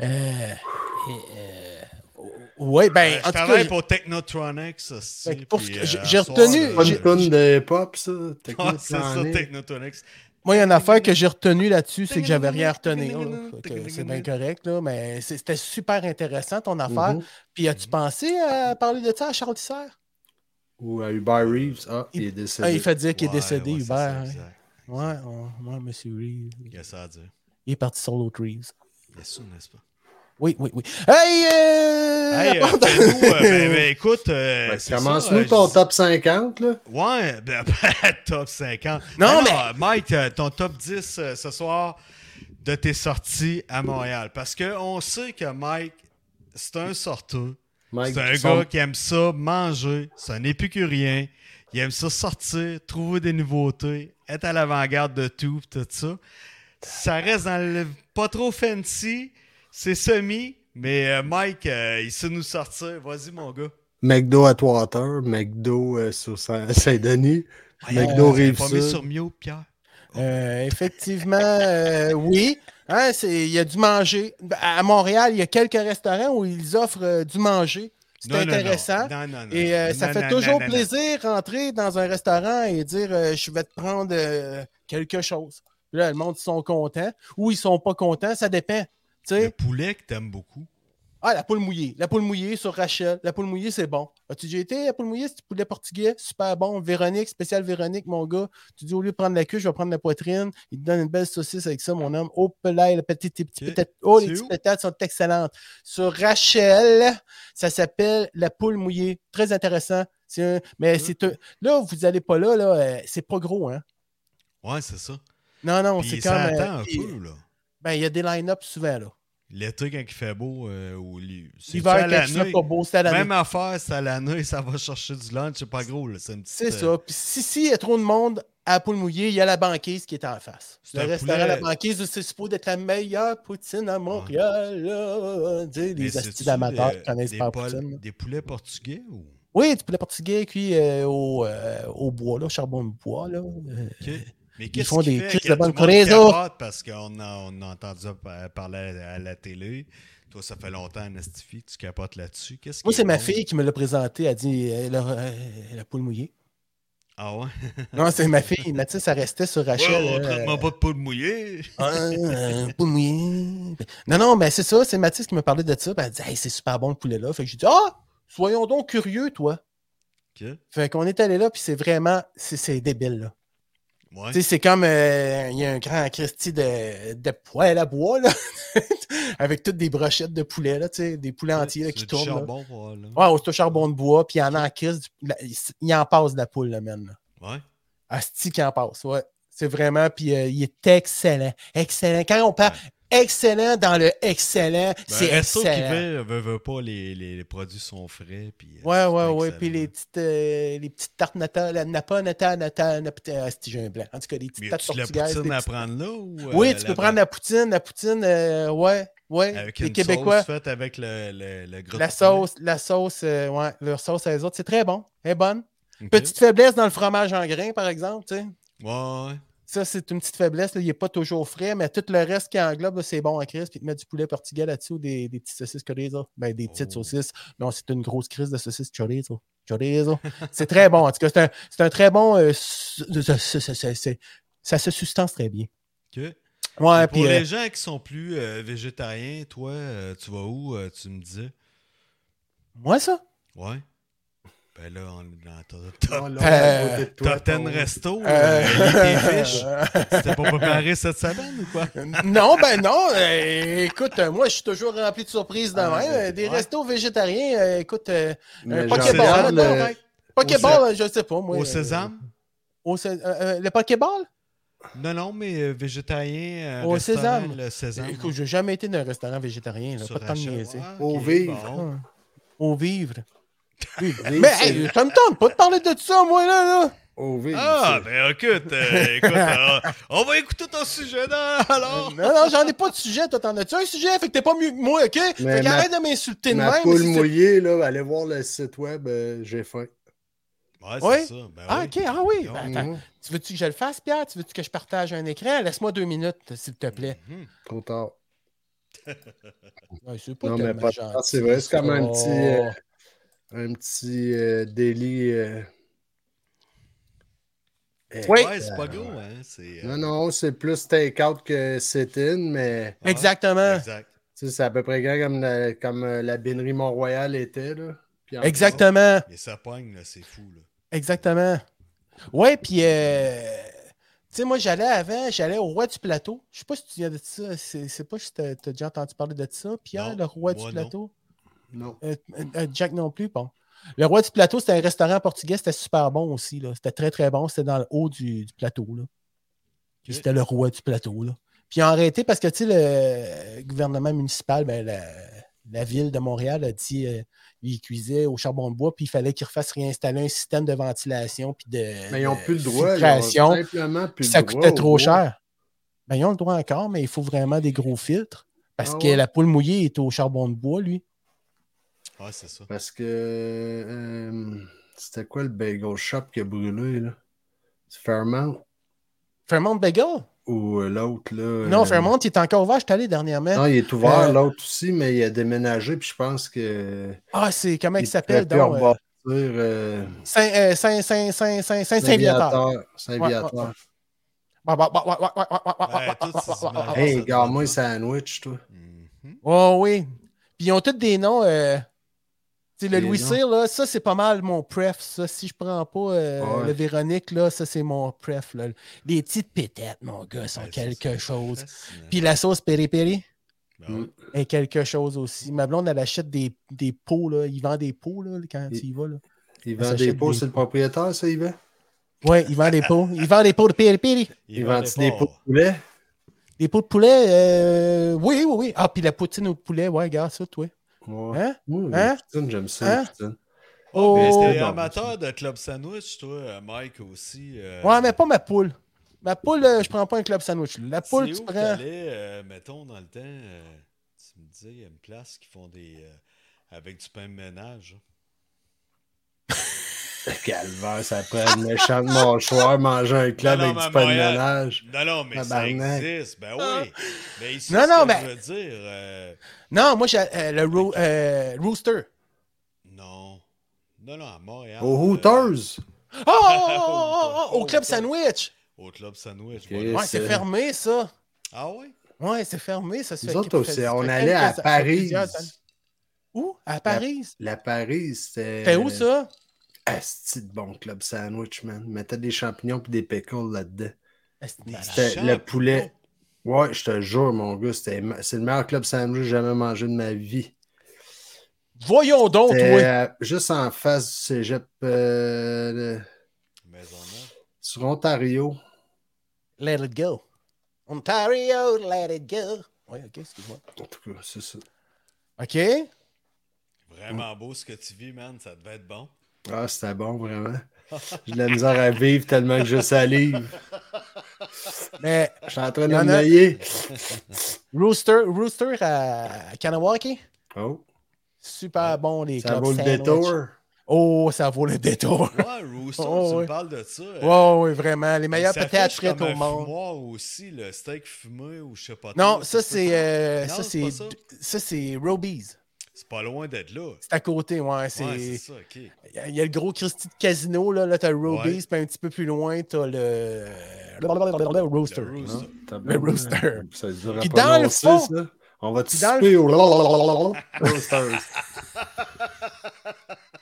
S2: Euh, euh, ouais, ben, en
S4: Euh, je
S2: tout cas,
S4: travaille
S2: j-
S4: pour Technotronics. ça, c'est-
S2: Fait que pour
S4: puis,
S2: ce que- j'ai-
S4: euh,
S2: j'ai
S4: à
S2: retenu-
S4: soir,
S3: Ah, Pas
S2: j'ai-
S3: une tonne de pop, ça.
S4: Ah, c'est ça,
S3: Technique,
S4: Technotronics.
S2: moi, il y a une affaire que j'ai retenue là-dessus, c'est que j'avais rien retenu. là. Fait que C'est bien correct, là, mais c'est- c'était super intéressant ton affaire.
S3: Mhm.
S2: Puis as-tu pensé à parler de ça à Charles Tissère?
S3: Ou à Hubert Reeves. Ah, il est décédé.
S2: Ah, il fait dire qu'il
S4: Ouais,
S2: est décédé,
S4: ouais, c'est
S2: Hubert.
S4: ça,
S2: hein.
S4: exact.
S2: Ouais, on- ouais, monsieur Reeves.
S4: Il y a ça à dire.
S2: Il est parti sur l'autre Reeves.
S4: Il y a ça, n'est-ce pas?
S2: Oui, oui, oui. Hey! euh,
S4: Hey,
S2: la
S4: euh,
S2: bande-
S4: fais-nous, euh, ben, ben, écoute. euh,
S3: Ben,
S4: c'est ça,
S3: Commence-nous
S4: euh,
S3: ton
S4: je-
S3: top 50, là.
S4: Ouais, ben, top 50.
S2: Non, mais-
S4: euh, Mike, euh, ton top 10 euh, ce soir de tes sorties à Montréal. Parce qu'on sait que Mike, c'est un sorteux.
S3: Mike
S4: C'est un
S3: Bisson.
S4: gars qui aime ça manger, c'est un épicurien, il aime ça sortir, trouver des nouveautés, être à l'avant-garde de tout, pis tout ça. Ça reste dans le pas trop fancy, c'est semi, mais euh, Mike, euh, il sait nous sortir. Vas-y, mon gars.
S3: McDo à Water, McDo euh, sur Saint- Saint-Denis. McDo
S4: on s'est
S3: Rive
S4: Ah, pas mis
S3: Sud.
S4: sur Mio, Pierre.
S2: Euh, effectivement, euh, oui. Hein, c'est- il y a du manger. À à Montréal, il y a quelques restaurants où ils offrent euh, du manger. C'est
S4: Non, non, non.
S2: intéressant.
S4: Non, non, non.
S2: Et euh,
S4: Non,
S2: ça
S4: non,
S2: fait
S4: non,
S2: toujours
S4: non, non.
S2: plaisir rentrer dans un restaurant et dire euh, je vais te prendre euh, quelque chose. Puis Là, le monde ils sont contents ou ils sont pas contents, ça dépend. Tu
S4: Le
S2: sais,
S4: poulet que t'aimes beaucoup.
S2: ah, la poule mouillée. La poule mouillée sur Rachel. La poule mouillée, c'est bon. As-tu déjà été à la poule mouillée? C'est du poulet portugais. Super bon. Véronique, spécial Véronique, mon gars. Tu dis, au lieu de prendre la queue, je vais prendre la poitrine. Il te donne une belle saucisse avec ça, mon homme. Oh, là, les petites, les petites
S4: Ok.
S2: patates. Oh, les
S4: C'est
S2: petites
S4: où?
S2: patates sont excellentes. Sur Rachel, ça s'appelle la poule mouillée. Très intéressant. C'est un- Mais
S4: Ok.
S2: c'est un- Là, vous n'allez pas là, là. euh, C'est pas gros, hein?
S4: Ouais, c'est ça.
S2: Non, non, c'est
S4: Puis
S2: comme.
S4: ça
S2: euh,
S4: attend un
S2: puis-
S4: peu, là.
S2: Ben, il y a des line-up souvent, là.
S4: L'été, quand il fait beau, euh, ou l'hi- c'est
S2: L'hiver,
S4: à
S2: quand il fait
S4: l'année.
S2: pas beau, c'est à l'année.
S4: Même affaire, c'est à l'année, ça va chercher du lunch, c'est pas gros, là. C'est une petite,
S2: C'est
S4: euh,
S2: ça. Puis si, si, il y a trop de monde à la poule mouillée, il y a la banquise qui est en face.
S4: C'est
S2: Le
S4: un
S2: restaurant à
S4: poulet-
S2: la banquise, c'est supposé être la meilleure poutine à Montréal. là. Tu sais,
S4: mais
S2: Les
S4: c'est-tu
S2: astuces amateurs
S4: de-
S2: qui connaissent
S4: des
S2: pas la
S4: pol-
S2: poutine. là.
S4: Des poulets portugais ou.
S2: Oui, du poulet portugais cuit euh, au, euh, au bois, là, au charbon de bois. Là. Euh,
S4: Ok. Mais qu'est-ce
S2: font
S4: qui
S2: des
S4: fait
S2: crises
S4: qu'il y a
S2: de bonne
S4: du monde
S2: chorizo.
S4: qui capote Parce qu'on a, on a entendu ça par- parler à, à la télé. Toi, ça fait longtemps, Anastifi, tu capotes là-dessus. Qu'est-ce
S2: Moi,
S4: qui
S2: c'est
S4: est
S2: ma
S4: bon?
S2: fille qui me l'a présenté. Elle a dit euh, la, euh, la poule mouillée.
S4: Ah ouais?
S2: Non, c'est ma fille. Mathis, ça restait sur Rachel.
S4: Ouais, on
S2: là, euh,
S4: traite-moi pas de poule mouillée.
S2: Ah, euh, poulet mouillé. Non, non, mais c'est ça, c'est Mathis qui m'a parlé de ça. puis elle dit Hey, c'est super bon le poulet-là. Fait que j'ai dit Ah, soyons donc curieux, toi.
S4: Ok.
S2: Fait qu'on est allé là, puis c'est vraiment, c'est- c'est débile, là.
S4: Ouais.
S2: Tu sais, c'est comme, euh, il y a un grand Christie de, de poêle à bois, là, avec toutes des brochettes de poulet, là, tu sais, des poulets entiers là,
S4: C'est
S2: qui
S4: du
S2: tournent. là.
S4: charbon, pour, là.
S2: Ouais, c'est au charbon de bois, puis il y en a en crise, du- la- il s- il en passe de la poule, là, man. là.
S4: Ouais.
S2: Asti qui en passe, ouais. C'est vraiment, puis euh, il est excellent. Excellent. Quand on parle excellent dans le excellent,
S4: C'est
S2: c'est
S4: Ben, resto qui
S2: excellent.
S4: veut, veut, veut pas, les, les, les produits sont frais. Puis, euh,
S2: Ouais,
S4: c'est
S2: ouais, ouais.
S4: excellent.
S2: Puis les petites, euh, les petites tartes nata, la napa, nata, nata, nata, ah, c'est j'ai un blanc. En tout cas, les
S4: Mais
S2: petites tartes
S4: tu la
S2: portugaises.
S4: poutine
S2: des
S4: à
S2: petites-
S4: prendre là ou. euh,
S2: Oui, tu peux
S4: la-
S2: prendre la poutine, la poutine, euh, ouais, ouais.
S4: Avec
S2: les
S4: une
S2: Québécois,
S4: sauce euh, faite avec le, le, le gros
S2: la
S4: poulet.
S2: sauce, la sauce, euh, ouais, leur sauce à les autres, c'est très bon, elle est bonne.
S4: Ok.
S2: Petite faiblesse dans le fromage en grain, par exemple, tu sais.
S4: Ouais, ouais.
S2: Ça, c'est une petite faiblesse. là, Il n'est pas toujours frais, mais tout le reste qui englobe, là, c'est bon à crise. Puis te mettre du poulet portugais là-dessus ou des, des petites saucisses chorizo. Ben, des petites
S4: Oh.
S2: saucisses. Non, c'est une grosse crise de saucisses chorizo. Chorizo. c'est très bon. En tout cas, c'est un, c'est un très bon. euh, su- ça- ça- ça- ça- ça- ça se substance très bien.
S4: Ok.
S2: Ouais,
S4: Et pour
S2: puis. euh,
S4: les gens qui sont plus euh, végétariens, toi, euh, tu vas où, euh, tu me disais?
S2: moi, ça?
S4: Ouais. Ben là, on est dans ton
S3: Oh,
S4: top,
S3: là, à côté de toi,
S4: top 10
S3: ton-
S4: euh, resto.
S2: Euh,
S4: Euh... C'était pas préparé cette semaine ou quoi?
S2: non, ben non. euh, écoute, euh, moi, je suis toujours rempli de surprises de
S3: Ah,
S2: même.
S3: ouais.
S2: Euh, Des restos végétariens, euh, écoute, euh,
S3: Mais
S2: un
S3: j'en euh,
S2: Pokéball.
S3: regarde
S2: mettons,
S3: le-
S2: hein.
S4: ben.
S2: Pokéball, euh, je sais pas. Moi,
S4: Au
S2: euh,
S4: sésame?
S2: au sé- euh, euh, le Pokéball?
S4: Non, non, mais euh, végétarien. euh,
S2: Au
S4: restaurant,
S2: sésame.
S4: Le sésame.
S2: Écoute, j'ai jamais été dans un restaurant végétarien. là,
S4: Sur
S2: pas de temps de
S4: Hachette.
S2: niaiser.
S4: Ah,
S3: Au
S4: ok,
S3: vivre.
S4: bon.
S2: Ah. Au vivre. Vivre.
S3: Vivre,
S2: Mais
S3: c'est-
S2: hey, ça me tente pas de parler de ça, moi, là. là.
S3: Oh, oui,
S4: Ah,
S3: c'est-
S4: ben écoute, euh, écoute euh, on va écouter ton sujet là, alors.
S2: Non, non, j'en ai pas de sujet. Toi, t'en as-tu un sujet? Fait que t'es pas mieux que moi, OK? Fait
S3: Mais
S2: que
S3: ma-
S2: arrête de m'insulter de
S3: Ma
S2: même.
S3: poule
S2: si tu-
S3: mouillée, là, allez voir le site web, euh, j'ai faim.
S4: Ouais,
S2: Ouais.
S4: c'est ça. ben
S2: Ah,
S4: oui.
S2: OK. Ah oui. Ben, attends.
S3: Mhm.
S2: Tu veux-tu que je le fasse, Pierre? Tu veux-tu que je partage un écran? Laisse-moi deux minutes, s'il te plaît.
S4: Mhm.
S3: Trop tard.
S2: Ouais, c'est pas
S3: Non, mais
S2: tellement Oh.
S3: pas de
S2: gentil,
S3: tard, c'est vrai. C'est comme un
S2: ça.
S3: petit, euh, un petit euh, délit. euh. Eh,
S2: Oui.
S4: Ouais, c'est pas gros, hein. C'est, euh,
S3: Non, non, c'est plus take-out que sit-in, mais
S4: ouais,
S2: Exactement.
S4: ah, Exact.
S3: tu sais, c'est à peu près grand comme la, comme euh, la binerie Mont-Royal était. Là. Puis en-
S2: Exactement.
S4: Mais ça pogne, là, c'est fou, là.
S2: Exactement. Ouais, puis, euh, tu sais, moi, j'allais avant, j'allais au Roi du Plateau. Je sais pas si tu viens de ça. C'est c'est pas si t'as t'as déjà entendu parler de ça, Pierre,
S4: Non,
S2: le Roi
S4: moi,
S2: du
S4: non.
S2: Plateau.
S3: Non.
S2: Euh, euh, Jack non plus, bon. Le Roi du Plateau, c'était un restaurant portugais, c'était super bon aussi. là. C'était très, très bon. C'était dans le haut du, du plateau. Là. Puis
S4: Ok.
S2: c'était le Roi du Plateau. Là. Puis ils ont arrêté parce que, tu sais, le gouvernement municipal, ben, la, la ville de Montréal a dit euh, ils cuisaient au charbon de bois, puis il fallait qu'ils refassent réinstaller un système de ventilation. Puis de,
S3: Mais ils n'ont
S2: de
S3: plus le droit. Ils ont
S2: filtration.
S3: simplement plus
S2: Puis
S3: le
S2: ça
S3: droit
S2: coûtait
S3: au
S2: trop
S3: bois.
S2: cher. Ben, ils ont le droit encore, mais il faut vraiment des gros filtres. Parce
S3: Ah
S2: que
S3: ouais.
S2: la poule mouillée est au charbon de bois, lui.
S4: Ouais, Ah, c'est ça.
S3: Parce que. euh, C'était quoi le bagel shop qui a brûlé, là? C'est Fairmount
S2: Fairmont Bagel?
S3: ou euh, l'autre, là?
S2: Non,
S3: euh,
S2: Fairmont, il est encore ouvert. Je suis allé dernièrement.
S3: Non, il est ouvert,
S2: Euh,
S3: l'autre aussi, mais il a déménagé, puis je pense que.
S2: Ah, c'est comment il
S3: il
S2: s'appelle
S3: pourrait plus
S2: donc? euh,
S3: rebâtir, euh,
S2: Saint, euh, Saint, Saint, Saint, Saint, Saint, Saint-Viateur.
S3: Saint-Viateur. Saint-Viateur.
S2: Ouais, ouais, ouais, ouais, ouais, ouais, ouais, ouais,
S4: Ouais,
S2: ouais,
S4: Ben, toutes
S2: ouais,
S4: ces
S2: ouais, ouais,
S4: images.
S2: ouais.
S3: Hey,
S4: Ah, ça te
S3: garde-moi un
S4: va pas.
S3: sandwich, toi.
S4: Mhm.
S2: Oh oui. Puis ils ont tous des noms. euh, Tu sais, le
S3: Des
S2: Louis
S3: noms.
S2: Cyr, là, ça, c'est pas mal mon pref, ça. Si je prends pas euh,
S3: Ouais.
S2: le Véronique, là, ça, c'est mon pref. Là. Les petites pétettes, mon gars, sont
S4: Ouais, ça,
S2: quelque
S4: c'est
S2: chose.
S4: fascinant.
S2: Puis la sauce piri-piri
S4: Ben
S3: Mm.
S4: ouais.
S2: est quelque chose aussi. Ma blonde, elle achète des, des pots, là. Ils vendent des pots, là, quand
S3: Et-
S2: tu y vas, là.
S3: Il
S4: Ben,
S2: Ça
S3: vend des
S2: s'achète
S3: pots,
S2: des
S3: c'est le propriétaire, ça, il vend?
S2: Oui, il vend des pots. Il vend des pots de piri-piri.
S3: Il
S4: vend
S3: vend des
S4: porcs.
S3: pots de poulet?
S2: Des pots de poulet, euh, oui, oui, oui. Ah, puis la poutine au poulet, ouais, regarde ça, toi.
S3: Ouais.
S2: Hein?
S3: Oui,
S2: Hein?
S3: la poutine, j'aime ça,
S2: Hein?
S3: la poutine.
S4: Oh, mais
S2: Oh!
S4: t'es amateur de club sandwich, toi, euh, Mike aussi. euh,
S2: Ouais, mais pas ma poule. Ma poule, euh, je prends pas un club sandwich. La
S4: c'est
S2: poule, tu
S4: où
S2: prends.
S4: t'allais, euh, mettons, dans le temps, euh, tu me disais, il y a une place qui font des. euh, avec du pain de ménage.
S3: Calvaire, ça prend une méchante mâchoire, manger un club
S4: Non, non,
S3: avec
S4: mais
S3: du pain de
S4: Montréal-
S3: ménage.
S4: Non, non, mais ça
S3: Tabarnak.
S4: existe. Ben oui. Mais ici,
S2: Non,
S4: ce
S2: non,
S4: que
S2: ben-
S4: je veux dire. euh,
S2: Non, moi, j'ai euh, le ro- euh, rooster.
S4: non. Non, non, à Montréal.
S3: Au
S4: euh,
S3: Hooters!
S2: Oh, oh, oh, oh, oh, au club sandwich.
S4: Au club sandwich.
S3: Ok.
S4: voilà.
S2: Ouais, c'est fermé, ça.
S4: Ah oui?
S2: Ouais, c'est fermé, ça. se
S3: Nous
S2: fait-
S3: autres aussi,
S2: ça- ça
S3: on
S2: fait
S3: allait à
S2: quelques-
S3: Paris.
S2: plusieurs années. Où? À Paris.
S3: La Euh, Paris, c'était.
S2: T'es où, ça?
S3: Asti de bon club sandwich, man. Mettais des champignons puis des pickles
S4: Ben,
S3: là-dedans.
S2: C'était-
S3: C'était le poulet.
S4: Oh,
S3: Ouais, je te jure, mon gars, c'était ma- c'est le meilleur club sandwich que j'ai jamais mangé de ma vie.
S2: Voyons donc,
S3: C'était,
S2: Oh, toi.
S3: euh, juste en face du cégep euh, de-
S4: Maisonneuve.
S3: sur Ontario.
S2: Let it go. Ontario, let it go. Oui, ok, excuse-moi.
S3: En tout cas, c'est ça.
S2: Ok.
S4: Vraiment beau ce que tu vis, man. Ça devait être bon.
S3: Ah, c'était bon, vraiment. J'ai de la misère à vivre tellement que je salive.
S2: Mais
S3: Je suis en train
S2: Il y
S3: de
S2: en a-
S3: me noyer.
S2: Rooster, Rooster à Kanawaki,
S3: Oh,
S2: super bon les
S3: ça
S2: clubs
S3: vaut le
S2: sandwich.
S3: détour.
S2: Oh, ça vaut le détour.
S4: Ouais, Rousseau,
S2: Oh,
S4: tu
S2: ouais.
S4: me parles de ça. euh,
S2: Ouais, ouais, vraiment. Les meilleurs
S4: ça
S2: patates
S4: affiche
S2: frites
S4: comme
S2: au
S4: un
S2: monde.
S4: fumoir aussi, le steak fumé ou je sais pas.
S2: Non,
S4: trop,
S2: ça, c'est. euh,
S4: Non,
S2: ça,
S4: c'est
S2: c'est.
S4: pas ça.
S2: Ça, c'est Roby's.
S4: C'est pas loin d'être là.
S2: C'est à côté, ouais. C'est.
S4: Ouais, c'est ça, ok.
S2: Il y a- il y a le gros Christie de Casino, là, là t'as le
S4: Ouais.
S2: Roby's, puis un petit peu plus loin, t'as le... Roaster.
S4: Le Roaster.
S3: Non, t'as
S2: Le rooster.
S3: Ah. Ça se dirait
S2: Puis
S3: pas
S2: dans le
S3: lancer,
S2: fond-
S3: ça. On va te
S2: Puis dans le-
S3: souper au roosters.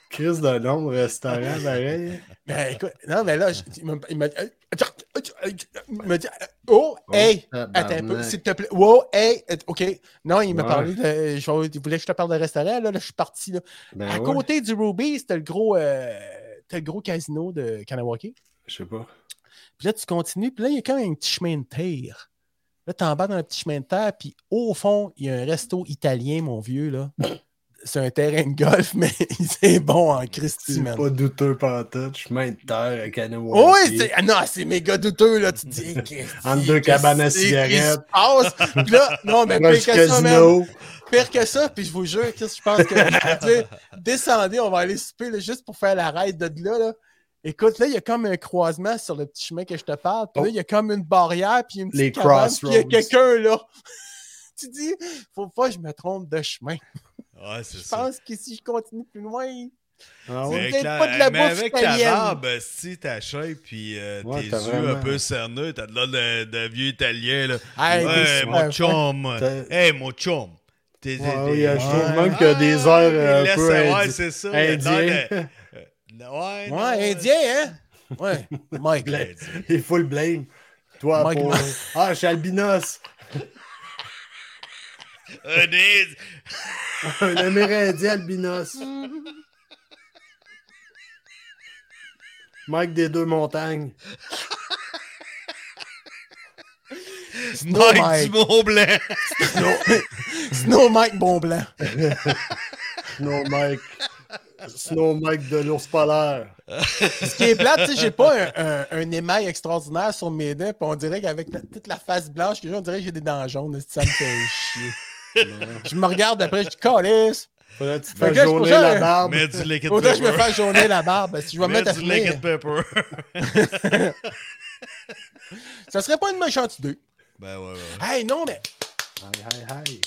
S3: Chris de Londres, restaurant pareil.
S2: Ben, écoute, non, mais là, je- il me- il me il me dit, oh, hey, attends un peu, s'il te plaît. Wow, hey, euh, OK. Non, il m'a
S3: Ouais.
S2: parlé, de- je- il voulait que je te parle de restaurant, là, là, je suis parti, là.
S3: Ben
S2: à
S3: ouais,
S2: côté du Roby's, t'as le gros... euh, t'as le gros casino de Kanawaki.
S3: Je sais pas.
S2: Puis là, tu continues, puis là, il y a quand même un petit chemin de terre. Là, t'embarques dans un petit chemin de terre, puis au fond, il y a un resto italien, mon vieux, là. C'est un terrain de golf, mais c'est bon en Christie,
S3: C'est
S2: man.
S3: pas douteux pantoute. Chemin de terre à Kanawaki.
S2: Oh, oui, c'est... ah non, c'est méga douteux, là. Tu te dis, qu'est-ce
S3: Entre deux cabanes à cigarettes.
S2: Qu'est-ce qui se passe? Puis là, non, mais pire
S3: Rush
S2: que ça, man.
S3: Casino.
S2: Pire que ça, puis je vous jure, qu'est-ce que je pense que je vais dire? Descendez, on va aller souper, là, juste pour faire la raid de là, là. Écoute, là, il y a comme un croisement sur le petit chemin que je te parle. Puis là,
S3: Oh.
S2: il y a comme une barrière, puis une petite
S3: Les
S2: cabane, puis il y a
S3: crossroads.
S2: quelqu'un, là. tu dis, faut pas que je me trompe de chemin.
S4: Ouais, c'est
S2: hein? Je
S4: ça.
S2: pense que si je continue plus loin,
S3: Ah
S4: Mais
S3: ouais.
S2: C'est
S4: avec
S2: peut-être pas de la
S4: mais
S2: bouffe
S4: avec ta
S2: italienne.
S4: barbe, si ta shape puis euh,
S3: Ouais,
S4: tes
S3: t'as
S4: yeux un
S3: vraiment-
S4: peu cerneux, t'as de l'air d'un vieux italien là.
S2: Hey,
S4: Hey,
S2: des-
S4: mon
S2: ouais,
S4: chum.
S3: T'as-
S4: Hey, mon chum. T'es-
S3: Ouais,
S4: t'es-
S3: Ah oui,
S4: t'es-
S3: je trouve
S4: Ouais.
S3: même qu'il y a des
S4: Ah,
S3: airs,
S4: il
S3: euh, un peu
S4: laisse- Ouais,
S3: indi-
S4: c'est ça. il a l'air
S3: Indien.
S4: de- euh, Ouais, non,
S2: Ouais, indien, hein? Ouais, Mike.
S4: ouais, indien.
S3: Il faut le blame. Toi,
S2: Mike-
S3: pour... Ah, je suis albinos.
S4: Un Indien.
S3: Un Amérindien albinos. Mike des deux montagnes.
S2: Snow
S4: Mike
S2: Mike.
S4: du Mont-Blanc.
S2: Snow, Snow Mike Bonblanc.
S3: Snow Mike. Snow Mike de l'ours polaire.
S2: Ce qui est plate, tu sais, j'ai pas un, un- un émail extraordinaire sur mes dents, puis on dirait qu'avec la- toute la face blanche que j'ai, on dirait que j'ai des dents jaunes. Ça me fait chier. Je me regarde après, je dis calisse.
S3: Faudrait que tu te
S2: Fait
S3: fasses
S2: que je
S3: journer
S2: pourrais-
S3: la barbe.
S4: Mets du liquid
S2: Autant que je me
S4: paper.
S2: fasse journer la barbe, si je vais me
S4: Mets
S2: mettre à
S4: du liquid
S2: finir.
S4: paper.
S2: Ça serait pas une méchante idée.
S4: Ben ouais, ouais.
S2: Hey, non, mais
S3: Aïe, aïe, aïe.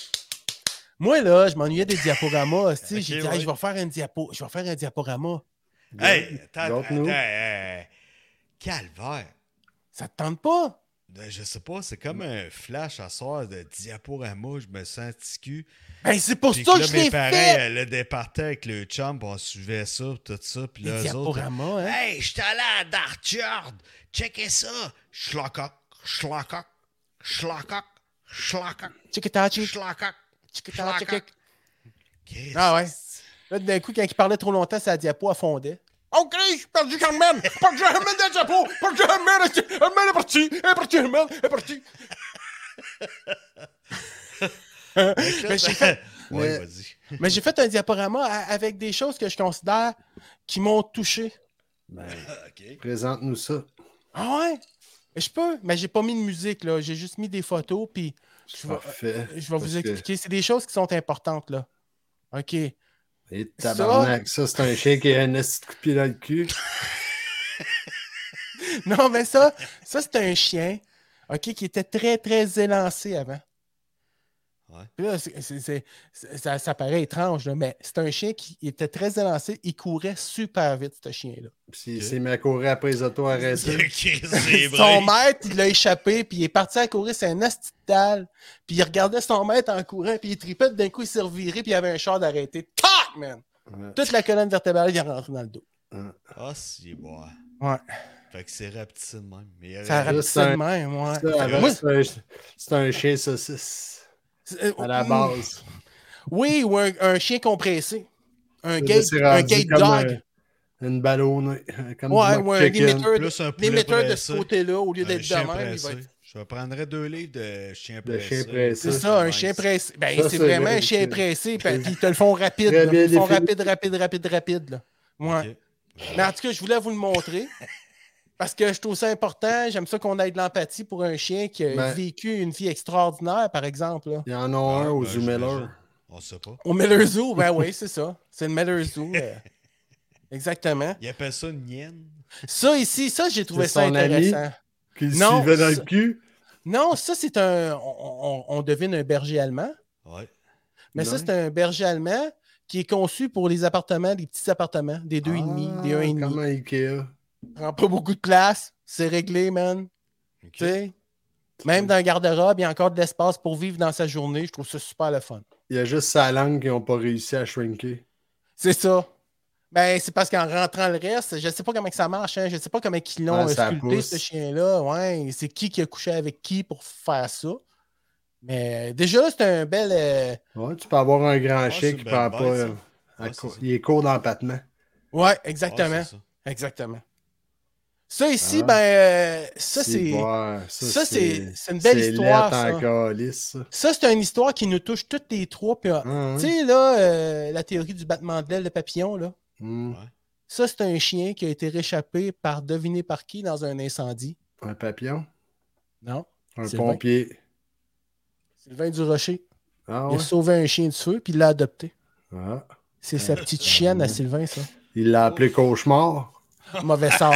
S2: moi, là, je m'ennuyais des diaporamas. tu sais.
S4: Ok,
S2: j'ai dit, hey,
S4: ouais.
S2: je vais faire une diapo, je vais faire un diaporama.
S4: Hey, attends,
S3: D'autres nous?
S4: attends, hey, hey. Calvaire.
S2: Ça te tente pas?
S4: Ben, je sais pas, c'est comme un flash à soir de diaporama, je me sens ticu.
S2: Ben, c'est pour
S4: Puis
S2: ça
S4: là,
S2: que je
S4: mes
S2: l'ai
S4: parents,
S2: fait!
S4: euh, le départaient avec le chum, puis on suivait ça, puis tout ça, puis
S2: Les
S4: là, eux autres...
S2: diaporamas, hein?
S4: Hey, j'étais allé à Dartyard! Checkez ça! Schlacoc, schlacoc, schlacoc, schlacoc,
S2: Check it out, check it out,
S4: schlacoc.
S2: check it out, check it out.
S4: Qu'est-ce
S2: Ah ouais.
S4: que c'est?
S2: Là, d'un coup, quand il parlait trop longtemps, sa diapo, elle fondait. OK, je suis perdu quand même! Perdu Herman de diapo! Perdu Herman! Herman est parti! Elle est parti, Herman! Elle est parti!
S4: Là,
S2: Mais j'ai
S4: ça-
S2: fait,
S4: Ouais,
S3: Mais-
S4: vas-y.
S2: mais j'ai fait un diaporama a- avec des choses que je considère qui m'ont touché.
S3: Ben,
S4: OK.
S3: présente-nous ça.
S2: Ah ouais? Je peux, mais j'ai pas mis de musique, là. J'ai juste mis des photos, puis je vais,
S3: Parfait.
S2: je vais
S3: Parce
S2: vous
S3: que-
S2: expliquer. C'est des choses qui sont importantes, là. OK.
S3: Et Eh, tabarnak, ça, c'est un chien qui a un esti de coup de pied dans le cul.
S2: Non, mais ça, ça c'est un chien, OK, qui était très, très élancé avant.
S4: Ouais.
S2: Puis là, c'est- c'est- c'est- c'est- ça, ça paraît étrange, là, mais c'est un chien qui était très élancé. Il courait super vite, ce chien-là.
S3: Puis il
S4: Ok.
S3: s'est mis à courir après les autos arrêtés.
S4: Chris, c'est vrai.
S2: Son maître, il l'a échappé, puis il est parti à courir, c'est un astital. Puis il regardait son maître en courant, puis il tripait, puis d'un coup, il s'est reviré, puis il avait un char d'arrêté. Tac, man! Toute la colonne vertébrale, il est rentré dans le dos.
S4: Ah, c'est bon.
S2: Ouais.
S4: Fait que c'est rapetissé de même. Mais il y
S2: Ça
S4: aurait-
S2: rapetissait de même, ouais.
S3: Euh, Ça, avant,
S2: Moi,
S3: c'est un- C'est un chien saucisse.
S2: c'est- euh,
S3: À la base.
S2: Oui, ou un, un chien compressé. Un
S3: Là,
S2: gate,
S3: c'est
S2: un
S3: rendu
S2: gate
S3: comme
S2: dog.
S3: un- une ballonne. euh, Comme
S2: ouais,
S3: du
S2: ou un
S3: McChicken.
S2: limiter,
S4: Plus un poulet
S2: limiter de
S4: pressé.
S2: ce côté-là, au lieu
S4: Un
S2: d'être
S4: chien
S2: de même. il va
S4: pressé.
S2: être-
S4: Je prendrais deux livres de chien
S3: De
S4: pressé.
S3: chien pressé.
S2: C'est
S3: Ça,
S2: ça, un
S4: nice.
S2: chien pressé. Ben,
S3: Ça,
S2: c'est
S3: c'est
S2: vraiment un
S3: vrai,
S2: chien
S3: c'est-
S2: pressé, puis puis ils te le font rapide.
S3: Très
S2: là.
S3: bien
S2: Ils le font
S3: défini.
S2: rapide, rapide, rapide, rapide. Là. Ouais.
S4: Ok.
S2: Mais en tout cas, je voulais vous le montrer. Parce que je trouve ça important. J'aime ça qu'on ait de l'empathie pour un chien qui a
S3: Ben-
S2: vécu une vie extraordinaire, par exemple. là.
S3: Il y en a
S4: Ah,
S3: un au
S4: ben,
S3: Zoomeller.
S4: j'imagine. On sait pas.
S2: Au Miller Zoo, ben oui, c'est ça. C'est le Miller Zoo. euh. Exactement.
S4: Il appelle ça une hyène.
S2: Ça ici, ça, j'ai trouvé
S3: C'est
S2: ça
S3: son ami.
S2: intéressant.
S3: Qu'il se
S2: Non,
S3: suivait dans
S2: ça-
S3: le cul.
S2: Non, ça, c'est un. On, on- on devine un berger allemand.
S4: Ouais.
S2: Mais ça,
S3: Ouais.
S2: c'est un berger allemand qui est conçu pour les appartements, les petits appartements, des deux et demi, des un et
S3: Ah, Comme
S2: demi.
S3: à Ikea.
S2: Prend pas beaucoup de place, c'est réglé, man.
S4: Ok.
S2: Tu sais, Même dans le garde-robe, il y a encore de l'espace pour vivre dans sa journée. Je trouve ça super le fun.
S3: Il y a juste sa langue qui n'ont pas réussi à shrinker.
S2: C'est ça. Ben, c'est parce qu'en rentrant le reste, je sais pas comment que ça marche, hein, je sais pas comment ils l'ont
S3: Ouais,
S2: euh,
S3: ça
S2: sculpté,
S3: pousse.
S2: ce chien-là. Ouais, c'est qui qui a couché avec qui pour faire ça. Mais euh, déjà, c'est un bel. euh,
S3: Ouais, tu peux avoir un grand
S4: Ouais, Ah, c'est
S3: chien qui ne
S4: une
S3: prend
S4: belle
S3: pas.
S4: bête, ça. Ah,
S3: euh, à
S4: Ouais, c'est
S3: court-
S4: ça.
S3: il est court dans le patement.
S2: Ouais,
S4: Ouais,
S2: exactement.
S4: c'est ça.
S2: Exactement. Ça ici,
S3: Ah.
S2: ben, euh, ça c'est.
S3: ouais,
S2: Ça, c'est c'est une belle histoire.
S3: C'est laid
S2: Ça,
S3: en calice, ça.
S2: Ça, c'est une histoire qui nous touche toutes les trois. puis, euh,
S3: Ah,
S2: Tu
S3: ouais.
S2: sais, là, euh, la théorie du battement de l'aile de papillon, là.
S3: Hmm,
S2: Ça, c'est un chien qui a été réchappé par deviner par qui dans un incendie.
S3: Un papillon.
S2: Non.
S3: Un
S2: Sylvain.
S3: pompier.
S2: Sylvain Durocher.
S3: Ah
S2: Il
S3: ouais.
S2: a sauvé un chien du feu, puis il l'a adopté.
S3: Ah.
S2: C'est sa petite chienne à Sylvain, ça.
S3: Il l'a appelé cauchemar.
S2: Mauvais sort.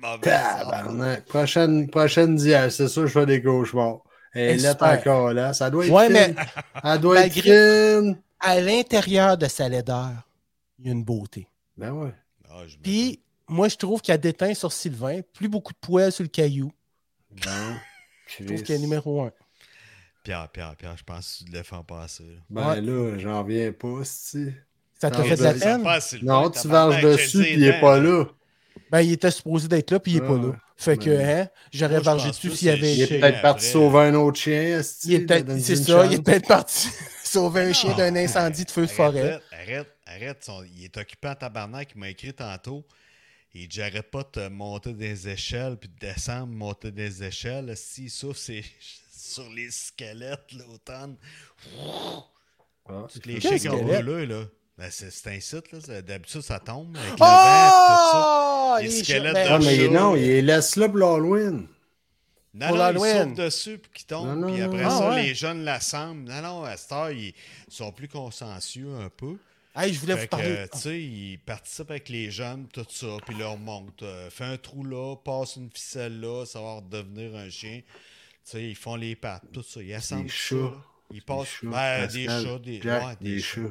S4: Mauvais sort.
S3: Tabarnak. Prochaine, prochaine dièse, c'est sûr que je fais des cauchemars. Elle est
S2: Expert.
S3: encore là. Ça doit être.
S2: Ouais, mais-
S3: fine. Elle doit être fine.
S2: À l'intérieur de sa laideur, il y a une beauté.
S3: Ben ouais.
S4: Ah, je me-
S2: Puis, moi, je trouve qu'il y a déteint sur Sylvain, plus beaucoup de poils sur le caillou.
S3: Bon.
S2: Je trouve qu'il est numéro un.
S4: Pierre, Pierre, Pierre, je pense que tu l'as fait en passer. là.
S3: Ben
S2: Ouais.
S3: là, j'en viens pas, si.
S2: Ça te
S3: Ah,
S2: fait de
S3: ben,
S2: la
S4: Les
S2: peine?
S4: affaires, c'est le
S3: Non,
S4: fun,
S3: tu
S4: tabarnak,
S3: varges dessus,
S4: je le sais,
S3: puis il est
S4: hein.
S3: pas là.
S2: Ben, il était supposé d'être là, puis il n'est
S3: Ah,
S2: pas là.
S3: ouais.
S2: Fait que,
S3: Ben,
S2: hein, j'aurais
S4: moi, je
S2: vargé
S4: pense
S2: dessus
S4: plus
S2: s'il y
S4: c'est
S2: avait.
S3: Il est
S4: Chien
S3: peut-être parti
S4: après.
S3: sauver un autre chien, esti,
S2: Il est peut-être-
S3: donne-lui
S2: c'est
S3: une
S2: ça,
S3: chance.
S2: il est peut-être parti sauver un chien
S4: Non,
S2: d'un incendie de feu de forêt.
S4: Arrête, arrête, arrête. son- il est occupé en tabarnak. Il m'a écrit tantôt. Il dit J'arrête pas de te monter des échelles, puis de descendre, monter des échelles. Si, sauf c'est sur les squelettes, l'automne.
S3: Ah,
S4: Toutes les
S2: Quel
S4: chiens qui ont
S2: squelette?
S4: brûlé, là. Ben, c'est c'est un site, là. C'est- D'habitude, ça tombe. Avec le
S2: Ah!
S4: vent,
S2: Oh!
S4: Les
S2: Les chiens-
S4: squelettes
S2: ben,
S3: Ah, mais
S4: chaud.
S3: non, il les laisse là pour l'Halloween.
S4: puis tout ça.
S2: pour
S4: Non, non, ils
S2: l'Halloween.
S4: sautent dessus, puis qu'ils tombent.
S3: Non, non,
S4: puis
S3: non.
S4: après
S2: Ah,
S4: ça,
S2: ouais.
S4: les jeunes l'assemblent. Non, non, à cette heure, ils sont plus consciencieux un peu.
S2: Hey, je voulais
S4: Fait
S2: vous
S4: que,
S2: parler.
S4: tu sais, ils participent avec les jeunes, tout ça, puis leur monte. fais un trou là, passe une ficelle là, ça va redevenir un chien. Tu sais, ils font les pattes, tout ça. Ils assemblent tout ça,
S3: chats.
S4: là. Ils passent
S3: chats,
S4: ben, des
S3: Pascal,
S4: chats, des,
S3: Jack,
S4: ouais,
S3: des chats.
S4: ouais,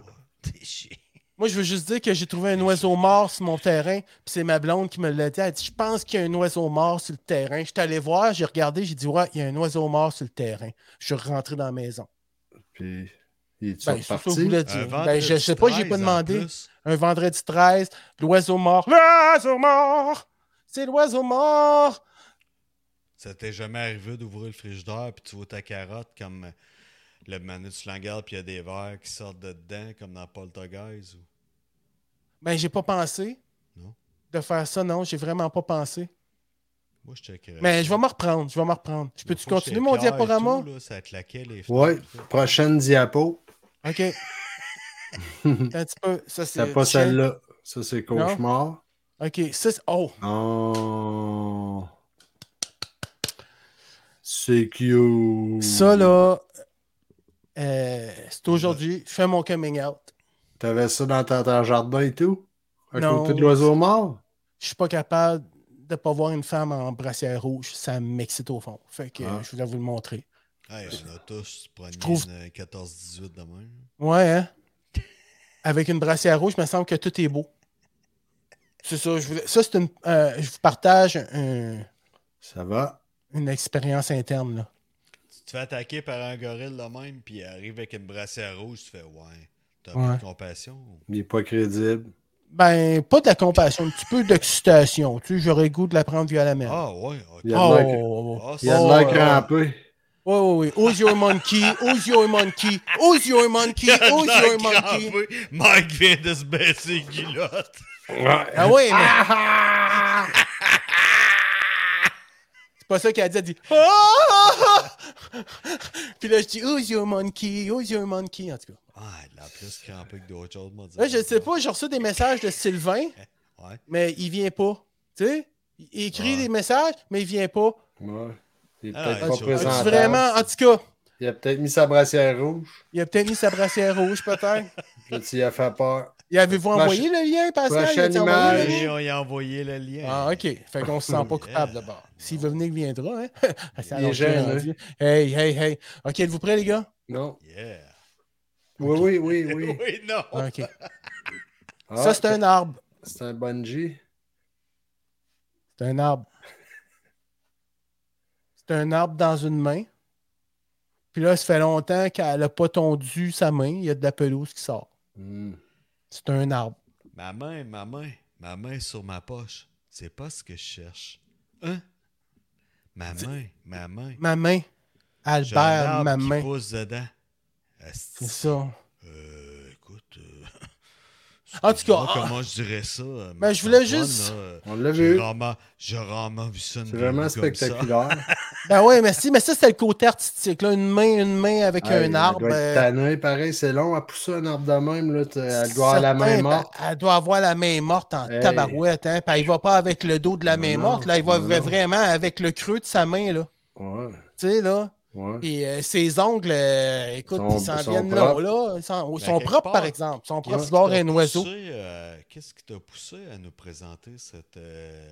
S4: Des chiens.
S2: Moi, je veux juste dire que j'ai trouvé un oiseau mort sur mon terrain, puis c'est ma blonde qui me l'a dit. Elle dit Je pense qu'il y a un oiseau mort sur le terrain. Je suis allé voir, j'ai regardé, j'ai dit Ouais, il y a un oiseau mort sur le terrain. Je suis rentré dans la maison.
S3: Puis, il est
S2: Ben, c'est ça que je
S3: parti.
S2: voulais
S4: Un
S2: dire. Ben,
S4: vendredi
S2: je sais pas, j'ai
S4: 13 en
S2: pas demandé.
S4: plus.
S2: Un vendredi 13, l'oiseau mort. L'oiseau mort C'est l'oiseau mort
S4: Ça t'est jamais arrivé d'ouvrir le frigidaire, puis tu vois ta carotte comme euh, le manu tu l'engardes, puis il y a des verres qui sortent de dedans, comme dans Poltergeist. Ou...
S2: Ben, j'ai pas pensé
S4: Non. Euh,
S2: de faire ça, non, j'ai vraiment pas pensé.
S4: Moi, je checkerais.
S2: Mais
S4: ça.
S2: Ben, je vais me reprendre, je vais me reprendre. Je
S4: Une
S2: peux-tu
S4: fois que
S2: continuer
S4: j'étais
S2: mon
S4: Pierre et
S2: diaporama?
S4: tout, là, ça claquait les
S3: Ouais,
S4: fenêtres.
S3: prochaine diapo.
S2: OK. un petit peu. Ça, c'est.
S3: C'est pas celle-là. Ça, c'est
S2: Euh, Non.
S3: cauchemar.
S2: OK. Ça, c'est- oh,
S3: Non. C'est cute.
S2: ça, là, euh, c'est aujourd'hui. Je fais mon coming out.
S3: T'avais ça dans ta- ton jardin et tout? À
S2: Non.
S3: côté de l'oiseau mort?
S2: Je suis pas capable de pas voir une femme en brassière rouge. Ça m'excite au fond. Fait que
S3: Ah.
S2: je voulais vous le montrer.
S4: Hey, on a tous pogné
S2: trouve-
S4: une 14-18 de même.
S2: Ouais, hein? Avec une brassière rouge, il me semble que tout est beau. C'est ça. Je voulais- Ça, c'est une. euh, je vous partage un-
S3: Ça va.
S2: une expérience interne, là.
S4: Tu te fais attaquer par un gorille de même, puis il arrive avec une brassière rouge, tu fais ouais. T'as
S2: Ouais.
S4: un peu de compassion.
S3: Il est pas crédible.
S2: Ben, pas de la compassion, un petit peu d'excitation. Tu sais, j'aurais le goût de la prendre violemment.
S4: Ah ouais, ok.
S3: Il y a
S2: Oh,
S3: de
S2: ouais,
S3: l'air-
S2: ouais,
S3: Il a de
S2: Oh,
S3: l'air
S2: ouais,
S3: crampé.
S2: ouais, ouais. Who's your monkey? Who's your monkey? Who's your monkey? Who's your monkey?
S4: crampé. Mike vient de se baisser une guillotte.
S2: Ah ouais, mais... C'est pas ça qu'elle a dit, elle dit... Ah, ah, ah. Puis là, je dis, who's your monkey? Who's your monkey? En tout cas.
S4: Ah, il l'a plus crampé que d'autres choses, moi.
S2: Là, je sais pas, j'ai reçu des messages de Sylvain,
S4: Ouais.
S2: mais il vient pas. Tu sais? Il écrit
S4: Ouais.
S2: des messages, mais il vient pas.
S3: Ouais. Il est
S4: Ah,
S3: peut-être
S4: il
S3: pas
S4: est
S2: As-tu
S3: présentable.
S2: vraiment... En tout cas,
S3: Il a peut-être mis sa brassière rouge.
S2: il a peut-être mis sa brassière rouge, peut-être.
S3: Puis tu y as fait peur.
S2: Et avez-vous
S3: Proche-
S2: envoyé le lien, Pascal?
S3: prochaine
S2: Y a-t-il envoyé le
S3: image.
S2: lien?
S4: Et on y a envoyé le lien.
S2: Ah, OK. Fait qu'on se sent pas coupable
S4: Yeah.
S2: d'abord. S'il veut venir, il viendra. Hein? Ça
S3: Il est
S2: a
S3: jeune, hein.
S2: rendu. Hey, hey, hey. OK, êtes-vous prêts, les gars?
S3: Non.
S4: Yeah.
S3: Oui, oui, oui, oui.
S4: Oui, non.
S2: OK.
S3: Ah,
S2: Ça, c'est un arbre.
S3: C'est un bungee.
S2: C'est un arbre. C'est un arbre dans une main. Puis là, ça fait longtemps qu'elle n'a pas tondu sa main. Il y a de la pelouse qui sort.
S3: Hmm.
S2: C'est un arbre.
S4: Ma main, ma main, ma main sur ma poche. C'est pas ce que je cherche. Hein? Ma main, ma main.
S2: Ma main.
S4: J'ai un
S2: Albert,
S4: arbre
S2: ma
S4: qui
S2: main.
S4: pousse dedans. Asti.
S2: C'est ça.
S4: Euh, écoute. euh,
S2: En tout cas,
S4: excuse-moi
S2: ah.
S4: comment je dirais ça? euh,
S2: Ben, je voulais
S4: Marc-Antoine,
S2: juste-
S4: là, euh,
S3: On l'a
S4: J'ai
S3: vu.
S4: rarement, j'ai rarement vu ça. une
S3: C'est vraiment
S4: vidéo comme ça.
S3: spectaculaire.
S2: Ben ouais, merci. Mais ça, c'est le côté artistique. Là. Une main, une main avec
S3: Hey,
S2: un
S3: elle
S2: arbre.
S3: doit être
S2: euh,
S3: tannée, pareil, c'est long à pousser un arbre de même. Là, t'as- elle doit avoir la main
S2: Certain,
S3: morte.
S2: ben, Elle doit avoir la main morte en
S3: Hey.
S2: tabarouette. Hein? Puis elle va pas avec le dos de la
S3: Non,
S2: main
S3: non,
S2: morte. Là, il va
S3: non,
S2: va
S3: non.
S2: vraiment avec le creux de sa main. là.
S3: Ouais,
S2: Tu sais, là.
S3: ouais.
S2: Puis euh, ses ongles, euh, écoute,
S3: Sont-
S2: ils s'en
S3: sont
S2: viennent
S3: propres.
S2: là. là. Ils sont, ils
S4: Ben,
S2: sont
S4: quelque
S2: propres,
S4: part,
S2: par exemple. Ils sont propres.
S4: Qu'est-ce
S2: C'est
S4: qui
S2: l'or
S4: t'a
S2: un oiseau.
S4: poussé, euh, Qu'est-ce qui t'a poussé à nous présenter cette. euh,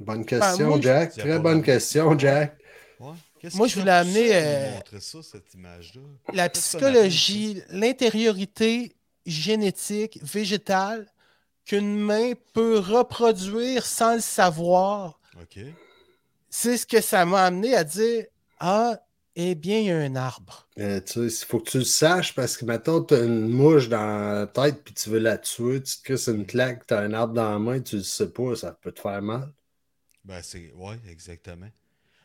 S3: Bonne
S2: Ben,
S3: question,
S2: moi, je-
S3: Jack.
S4: C'est
S3: Très
S4: pas
S3: bonne
S4: mal.
S3: question, Jack.
S4: ouais, qu'est-ce
S2: Moi,
S4: qui
S2: je
S4: t'a
S2: voulais
S4: poussé à
S2: amener,
S4: nous
S2: euh,
S4: montrer ça, cette image-là.
S2: La
S4: Qu'est-ce que ça
S2: psychologie, l'intériorité génétique, végétale, qu'une main peut reproduire sans le savoir,
S4: OK.
S2: c'est ce que ça m'a amené à dire Ah, eh bien, il y a un arbre.
S3: Euh, tu sais, il faut que tu le saches parce que maintenant, tu as une mouche dans la tête puis tu veux la tuer, tu te crisses une claque, tu as un arbre dans la main, tu le sais pas, ça peut te faire mal.
S4: Ben, c'est. Ouais, exactement.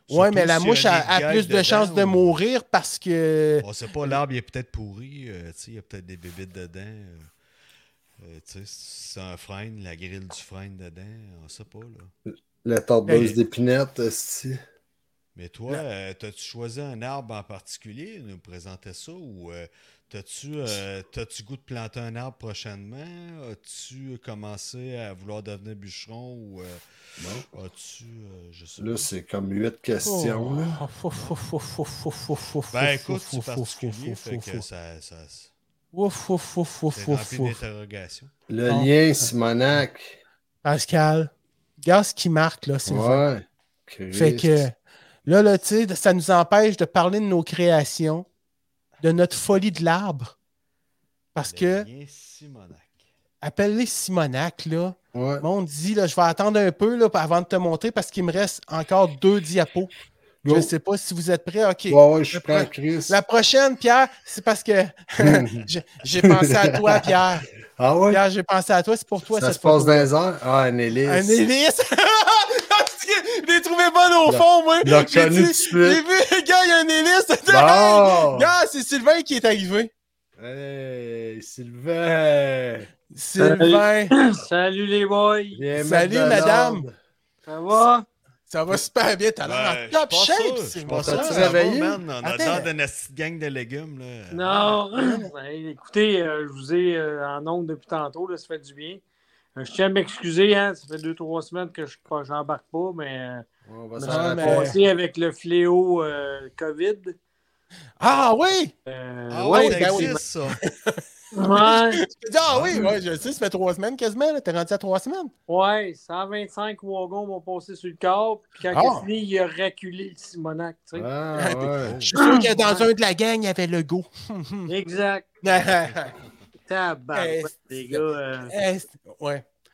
S2: Oui, mais
S4: Surtout
S2: la
S4: s'il y
S2: mouche a,
S4: des
S2: a
S4: gags
S2: plus de
S4: dedans
S2: chances de
S4: ou-
S2: mourir parce que.
S4: On sait pas, l'arbre, il est peut-être pourri. euh, tu sais, il y a peut-être des bébites dedans. euh, euh, tu sais, c'est un frein, la grille du frein dedans. On sait pas, là.
S3: La tordeuse
S2: Hey.
S3: d'épinettes, esti.
S4: Mais toi, euh, t'as-tu choisi un arbre en particulier, nous présenter ça, ou euh, t'as-tu euh, t'as-tu goût de planter un arbre prochainement? As-tu commencé à vouloir devenir bûcheron ou euh, as-tu, euh, je sais
S3: Là,
S4: pas.
S3: c'est comme huit questions.
S2: Oh.
S3: là.
S4: Ben écoute, c'est particulier, fait que ça, ça c'est rempli d'interrogations.
S3: Le
S2: Bon.
S3: lien, Simonac.
S2: Pascal, regarde ce qui marque, là, Sylvain.
S3: Ouais. Christ.
S2: Fait que là, là, tu sais, ça nous empêche de parler de nos créations, de notre folie de l'arbre. Parce
S4: Le
S3: Ben
S2: que,
S4: lien Simonac.
S2: appelle-les Simonac, là.
S3: Ouais.
S2: Bon, dit, là, je vais attendre un peu là, avant de te montrer parce qu'il me reste encore deux diapos. Je
S3: Go.
S2: ne sais pas si vous êtes prêts. OK.
S3: Ouais, ouais, je suis
S2: La
S3: prêt à
S2: pro-
S3: Chris.
S2: La prochaine, Pierre, c'est parce que j'ai- j'ai pensé à toi, Pierre.
S3: Ah ouais?
S2: Pierre, j'ai pensé à toi, c'est pour toi.
S3: ça se
S2: cette
S3: passe
S2: photo.
S3: dans les airs? Ah, un hélice.
S2: Un hélice! je l'ai trouvé bonne au
S3: Là,
S2: fond, moi!
S3: là,
S2: J'ai
S3: connu
S2: dit-
S3: tout de suite.
S2: J'ai vu, gars, il y a un hélice!
S3: Bon!
S2: Gars, c'est Sylvain qui est arrivé.
S3: Hey, Sylvain!
S2: Sylvain,
S5: Salut les boys!
S3: Viens
S2: Salut,
S3: mettre de
S2: madame.
S3: l'ordre.
S5: Ça va?
S2: ça va super bien, t'as l'air
S4: Ben,
S2: en top
S4: je pense ça,
S2: shape,
S4: je
S2: Sylvain.
S4: pense ça,
S3: T'as-tu
S4: ça va,
S3: réveillé?
S4: man, on a
S2: Attends.
S4: l'air d'une petite gang de légumes, là.
S5: Non! Ben, écoutez, euh, je vous ai euh, en ondes depuis tantôt, là, ça fait du bien. Euh, je tiens à m'excuser, hein, ça fait deux, trois semaines que je n'embarque pas, mais euh,
S3: On va
S5: je
S3: s'en
S5: me suis
S2: Ah, mais-
S3: rapprocher.
S5: passé avec le fléau euh, COVID.
S2: Ah oui!
S5: Euh,
S4: Ah ouais,
S5: ouais,
S2: ben
S4: ça
S2: oui.
S4: existe, ça.
S5: ouais,
S2: Tu dis, ah oui, ouais, je sais, ça fait trois semaines quasiment, là, t'es rendu à trois semaines.
S5: ouais, 125 wagons vont passer sur le corps, puis quand
S2: Ah.
S5: il a fini, il a reculé le Simonac, tu sais.
S3: Ah, ouais.
S2: Je suis sûr que dans un de la gang, il y avait le go.
S5: Exact.
S2: ouais.
S5: Tabarouette,
S2: Eh,
S5: les gars. euh,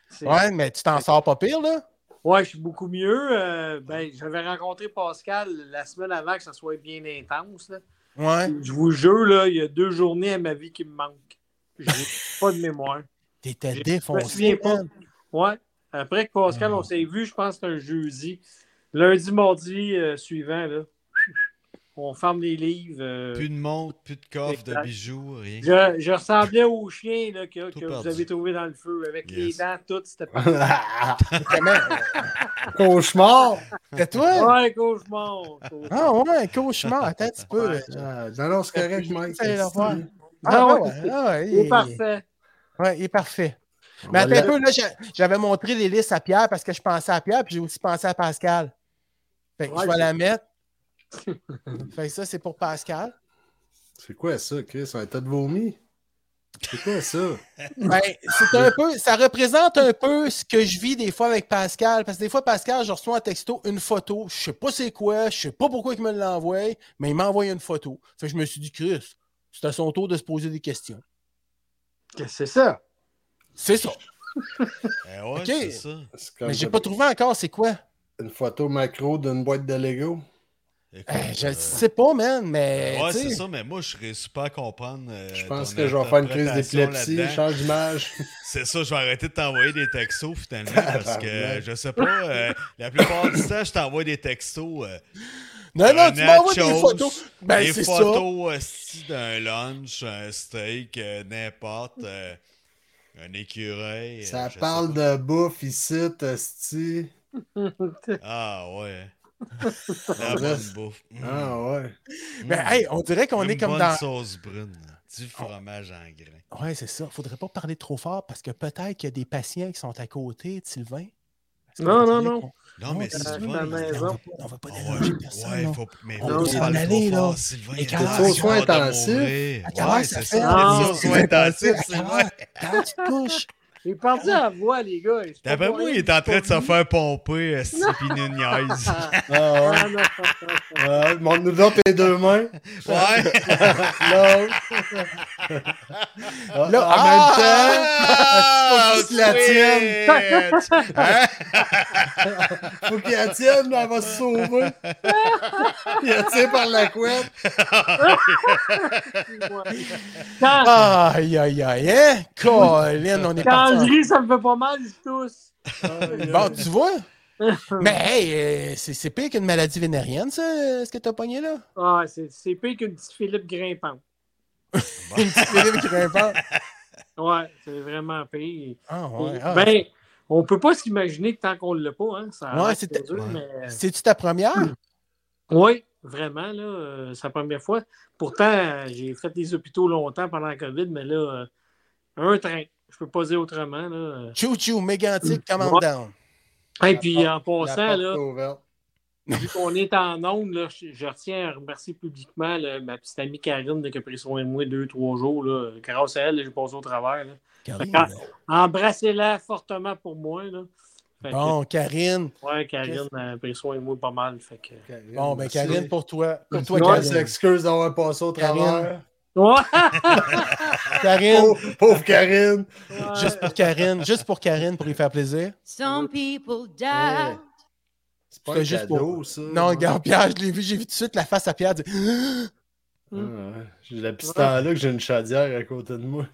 S5: c'est-
S2: ouais, mais tu t'en sors pas pire, là.
S5: Ouais, je suis beaucoup mieux. Euh, ben, j'avais rencontré Pascal la semaine avant que ça soit bien intense. là.
S2: Ouais.
S5: Je vous jure, là, il y a deux journées à ma vie qui me manquent. J'ai pas de mémoire.
S2: T'étais
S5: Je me
S2: défoncé.
S5: souviens pas.
S2: man.
S5: Ouais. Après que Pascal,
S2: Ah.
S5: on s'est vu, je pense que c'est un jeudi. Lundi, mardi euh, suivant, là, on ferme les livres. euh,
S4: Plus de montre, plus de coffre, de
S5: Exact.
S4: bijoux, rien.
S5: je, je ressemblais au chien là, que,
S4: Tout
S5: que
S4: perdu.
S5: vous avez trouvé dans le feu, avec les
S4: Yes.
S5: dents toutes, c'était pas.
S3: Ah,
S2: Comment?
S3: Cauchemar!
S2: C'est toi?
S5: Ouais, cauchemar! cauchemar.
S2: Ah ouais, un cauchemar. Attends un petit peu.
S5: Ouais.
S3: Ah, Non, non, c'est correct, Mike.
S2: Salut, au revoir. Ah
S5: Ah ouais,
S2: ouais, ah ouais,
S5: c'est parfait.
S2: ouais, il est parfait.
S3: On
S2: Mais
S3: va
S2: attends un
S3: la-
S2: peu, là, j'a- j'avais montré les listes à Pierre parce que je pensais à Pierre, puis j'ai aussi pensé à Pascal. Fait que
S5: Ouais,
S2: je vais
S5: c'est-
S2: la mettre. fait que ça, c'est pour Pascal.
S3: C'est quoi ça, Chris? Un tas de vomi? C'est quoi ça?
S2: Ben, c'est un peu, ça représente un peu ce que je vis des fois avec Pascal. Parce que des fois, Pascal, je reçois un texto, une photo. Je sais pas c'est quoi, je sais pas pourquoi il me l'envoie, mais il m'envoie une photo. Fait que je me suis dit, Chris, c'est à son tour de se poser des questions.
S5: Qu'est-ce que c'est ça?
S2: C'est ça.
S4: Eh ouais,
S2: Ok.
S4: c'est ça.
S3: C'est comme
S2: Mais j'ai pas trouvé encore c'est quoi.
S3: une photo macro d'une boîte de Lego.
S4: Écoute,
S2: Eh, je
S4: euh,
S2: le sais pas, man, mais.
S4: Ouais,
S2: tu sais,
S4: c'est ça, mais moi, je serais super à comprendre. euh,
S3: Je pense
S4: ton
S3: que je vais faire une crise
S4: interprétation
S3: d'épilepsie,
S4: là-dedans.
S3: change d'image.
S4: C'est ça, je vais arrêter de t'envoyer des textos finalement parce que
S3: Tabarnak.
S4: je sais pas, euh, la plupart du temps, je t'envoie des textos. euh,
S2: Non, non,
S4: un
S2: tu m'envoies des
S4: nachos,
S2: photos. Ben,
S4: des
S2: c'est ça.
S4: photos hostie, d'un lunch, un steak, euh, n'importe, euh, un écureuil. euh,
S3: Ça
S4: je sais
S3: parle
S4: pas.
S3: de bouffe ici, Tosti.
S4: Ah ouais. La bonne
S3: reste-
S4: bouffe. Mmh,
S3: Ah ouais.
S2: Mais,
S4: mmh.
S2: Ben, hey, on dirait qu'on
S4: Une
S2: est comme
S4: bonne
S2: dans. Oh.
S4: sauce brune, du fromage en grain.
S2: Ouais, c'est ça. Faudrait pas parler trop fort parce que peut-être qu'il y a des patients qui sont à côté de Sylvain. Parce que
S5: Non,
S2: on
S5: non,
S2: dirait
S5: non.
S2: qu'on-
S4: Non, mais
S2: dans-
S5: Sylvain,
S4: Sylvain,
S5: dans
S2: on-
S4: il-
S5: la
S2: on
S5: maison.
S2: va pas- On va pas
S4: Ouais,
S2: déranger personne.
S4: ouais,
S2: non.
S4: faut, mais
S2: On
S4: faut
S2: doit
S4: pas
S2: s'en
S4: parler
S2: aller,
S4: trop fort,
S2: là.
S4: Sylvain,
S2: Et
S4: il
S2: qu'à
S4: a
S2: l'heure,
S4: peur
S2: ils
S4: qu'il
S2: sont
S4: meure de
S3: intensifs.
S4: mourir.
S2: À quelle heure
S4: Ouais,
S2: ça
S4: c'est
S2: fait?
S4: ça,
S5: Non.
S4: ils sont intensifs,
S2: À quelle
S4: Sylvain.
S2: heure- Quand tu te couches,
S5: Il est parti à la voix, les gars. C'est pas
S4: Ah D'après
S5: pour
S4: moi,
S5: rien
S4: il est
S5: que
S4: en
S5: c'est
S4: train de
S5: pas
S4: se faire pomper, euh, si puis nous niaise.
S3: Ah ouais.
S5: Ah, non.
S3: Ah, Montre-nous donc tes deux mains.
S4: Ouais.
S3: L'autre. Ah,
S2: Là,
S3: en même
S4: Ah,
S3: Faut que tu la
S4: Twitch. Hein?
S3: temps, faut qu'il la tienne, mais elle va se sauver. Il la tient par la couette.
S4: Ah,
S5: Quand,
S2: Aïe, aïe, aïe, hein? Colin, on est
S5: Ah, quand je
S2: parti.
S5: ris, ça me fait pas mal, Ah, ils se toussent.
S2: en- Bon, tu vois? Mais hey, euh, c'est c'est pire qu'une maladie vénérienne, ça, euh, ce que t'as pogné là?
S5: Ah, c'est c'est pire qu'une petite Philippe grimpante.
S2: Une petite Philippe grimpante.
S5: Ouais, c'est vraiment pire.
S2: Ah ouais. ah.
S5: Ben, on peut pas s'imaginer que tant qu'on l'a pas, hein, ça a
S2: Ouais,
S5: l'air
S2: c'était-
S5: curieux,
S4: Ouais.
S5: mais-
S2: C'est-tu ta
S5: hmm.
S2: première?
S5: Oui, vraiment, là, euh, c'est la première fois. Pourtant, euh, j'ai fait des hôpitaux longtemps pendant la COVID, mais là, euh, un train. Je peux pas dire autrement. Là.
S2: Chou chou, mégantique, command
S5: Ouais.
S2: down.
S5: Et
S3: La
S5: puis,
S3: porte-
S5: en
S3: La
S5: passant,
S3: porte
S5: là,
S3: est ouverte.
S5: vu qu'on est en ondes, là, je, je retiens à remercier publiquement là, ma petite amie Karine là, qui a pris soin de moi deux, trois jours. Là. Grâce à elle, là, j'ai passé au travers. là. Ah,
S2: Karine.
S5: Embrassez-la fortement pour moi. Là. Fait que,
S2: Bon, Karine.
S5: ouais, Karine a pris soin de moi pas mal. Fait que...
S3: Karine,
S2: Bon, ben
S3: merci.
S2: Karine, pour toi. Pour toi,
S3: Moi,
S2: Karine.
S3: s'excuse d'avoir passé au
S2: Karine.
S3: travers.
S5: Ouais!
S2: Karine,
S3: Pauvre, pauvre Karine.
S2: juste pour Karine, juste pour Karine, pour lui faire plaisir.
S6: Some people
S3: Eh,
S6: die.
S3: C'est pas
S2: C'était
S3: un
S2: juste
S3: cadeau,
S2: pour-
S3: ça.
S2: Non, regarde, Pierre, je l'ai vu, j'ai vu tout de suite la face à Pierre dire
S3: Ah, ouais. J'ai la petite temps là que j'ai une chaudière à côté de moi.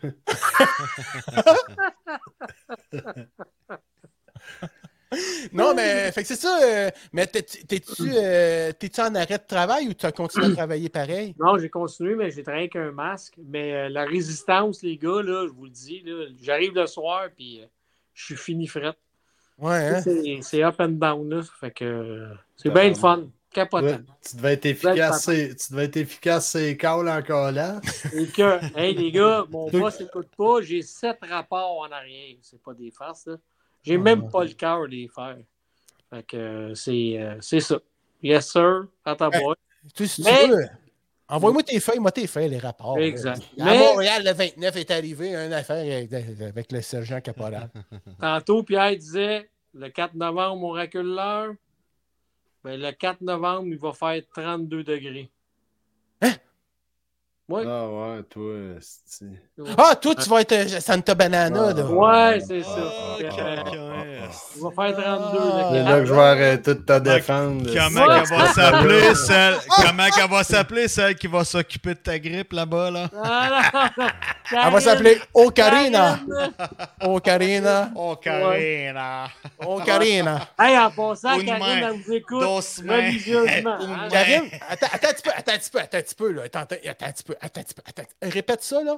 S2: Non, mais fait que c'est ça. euh, mais t'es- t'es-tu euh, t'es-tu en arrêt de travail ou tu as continué à travailler pareil?
S5: Non, j'ai continué, mais j'ai travaillé avec un masque. Mais euh, la résistance, les gars, là, je vous le dis, là, j'arrive le soir, puis euh, je suis fini frette.
S2: Ouais, hein?
S5: C'est- C'est up and down, là. Fait que euh, c'est
S3: Ben,
S5: bien le fun.
S3: Ouais,
S5: Capotant.
S3: tu devais être
S5: papa.
S3: efficace, c'est- tu devais être efficace, c'est call encore là.
S5: Et que, hey, les gars, mon boss n'écoute pas. J'ai sept rapports en arrière. C'est pas des farces, là. J'ai même pas le cœur de les faire. Fait que euh, c'est euh, c'est ça. Yes, sir. À ta
S2: Ben,
S5: boîte.
S2: Tu, si
S5: Mais-
S2: tu veux. Envoie-moi tes feuilles, moi tes feuilles, les rapports. là.
S5: Exact.
S2: À
S5: Mais-
S2: Montréal, le 29 est arrivé, une affaire avec, avec le sergent caporal.
S5: Tantôt, Pierre disait le 4 novembre, on recule l'heure. Ben, le 4 novembre, il va faire 32 degrés.
S2: Hein?
S5: Ouais,
S3: Ah ouais, toi, c'est-
S2: Ah, toi, tu vas être euh, Santa Banana,
S3: Ah,
S2: là.
S5: ouais c'est ça.
S4: Ah,
S5: Fait que,
S3: ah,
S5: euh,
S4: quelqu'un.
S5: il va faire 32
S2: Ah.
S5: le
S3: C'est
S5: 4.
S3: là que je vais arrêter de te défendre.
S4: Comment qu'elle va s'appeler celle Comment qu'elle va s'appeler celle qui va s'occuper de ta grippe là-bas là
S5: Ah, non, non, non.
S2: Elle
S5: Karine,
S2: va s'appeler Ocarina.
S5: Karine.
S2: Ocarina.
S4: Oh ah, Karina,
S2: Oh, Ocarina.
S5: Hey, en passant,
S4: Une
S5: Karine,
S4: main.
S5: elle vous écoute
S4: doucement.
S5: religieusement.
S4: Une
S5: hein.
S4: main.
S2: Karine, attends, attends un petit peu, attends un petit peu, attends un petit peu, là. Attends, attends, attends un petit peu, attends un petit peu, attends. Répète ça, là.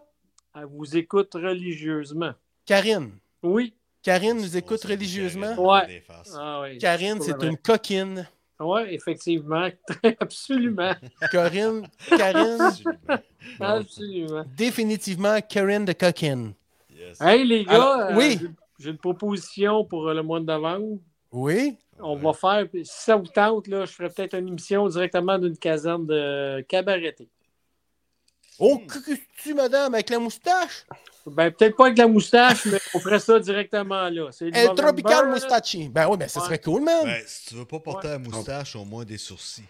S5: Elle vous écoute religieusement.
S2: Karine.
S5: Oui.
S2: Karine nous écoute
S4: Karine,
S2: religieusement.
S5: Ouais.
S4: des faces.
S5: Ah, oui.
S2: Karine, c'est une coquine.
S5: Oui, effectivement. Absolument.
S2: Corinne, Karine,
S4: Absolument.
S5: Absolument.
S2: définitivement Karine de coquine.
S4: Yes.
S5: Hey les gars,
S2: Alors,
S5: euh,
S2: oui.
S5: j'ai- j'ai une proposition pour euh, le mois de novembre.
S2: Oui?
S5: On va faire, si ça vous tente, là, je ferai peut-être une émission directement d'une caserne de cabareté.
S2: Oh, que tu madame, avec la moustache?
S5: Ben, peut-être pas avec la moustache, mais on ferait ça directement là. C'est le
S2: El
S5: November,
S2: Tropical
S5: là.
S2: Moustachi. Ben oui, mais ça
S5: Ouais.
S2: serait cool, man.
S4: Ben, si tu veux pas porter la moustache, au moins des sourcils.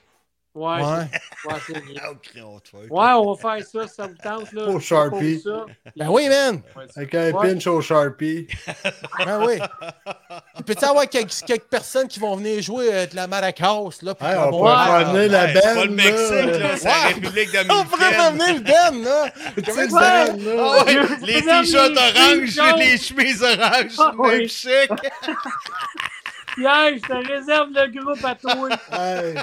S5: Ouais,
S2: Ouais.
S5: c'est- ouais, c'est bien.
S4: Ah, au crayon de feuille.
S5: Ouais, on va faire ça si ça vous tente. Là.
S3: Au
S5: Je
S3: Sharpie.
S5: propose ça.
S2: Ben oui, man.
S3: Avec un
S5: Ouais.
S3: pinch au Sharpie.
S2: Ben oui. Peut-être avoir quelques, quelques personnes qui vont venir jouer euh, de la maracas, là. puis
S3: Ouais,
S2: qu'on
S3: on
S2: va-
S3: pourrait faire venir la
S4: Ouais, c'est pas
S3: belle.
S4: le Mexique, là, c'est la
S2: Ouais.
S4: République
S2: On pourrait faire venir le
S4: dominicaine.
S2: Ben, là. Comment
S5: quoi?
S2: ça s'appelle?
S4: Ah ouais,
S5: Je
S4: les
S5: préfère
S4: t-shirts
S5: les
S4: oranges,
S5: jeans jaunes.
S4: les chemises oranges,
S5: Ah
S4: même
S5: oui.
S4: chic.
S5: Pierre, je te réserve le groupe à toi.
S3: Hey,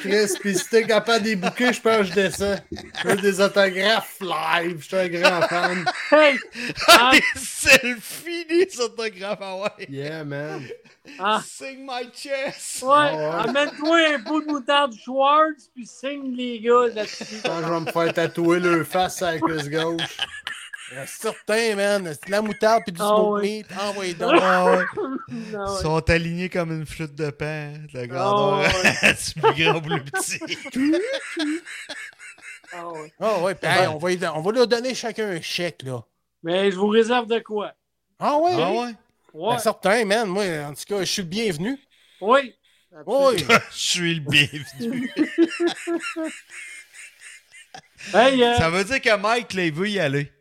S3: Chris, pis si t'es capable des bouquets, je pense que je descends. Je veux des autographes live, je suis un grand fan.
S5: Hey!
S2: Ah,
S5: Ah, En,
S4: Des selfies, des autographes, ah ouais.
S3: Yeah, man.
S5: en-
S4: Sing my chest.
S2: Ah,
S5: ah. ouais,
S3: ouais.
S5: amène-toi un bout de moutarde Schwartz, puis signe les gars là-dessus.
S3: Quand
S2: Ah,
S3: je vais me faire tatouer le face à la cuisse gauche.
S2: Euh, Certain, man. C'est de la moutarde puis du
S5: Ah
S2: smoke
S5: ouais.
S2: meat. Ah oui, donc.
S5: Non,
S4: Ils
S5: Ah, ouais.
S4: sont alignés comme une flûte de pain, de grandeur.
S5: Ah ouais.
S4: du plus grand au plus petit.
S5: Ah ouais.
S2: Ah ouais, puis, hey, on, va, y- on va leur donner chacun un chèque, là.
S5: Mais je vous réserve de quoi?
S2: Ah ouais?
S4: Ah ouais?
S5: Ouais.
S2: Ben, certain, man. Moi, en tout cas, je suis le bienvenu.
S5: Oui. Absolument.
S2: Oui.
S4: Je suis le bienvenu.
S5: Hey, euh,
S4: Ça veut dire que Mike, là, il veut y aller.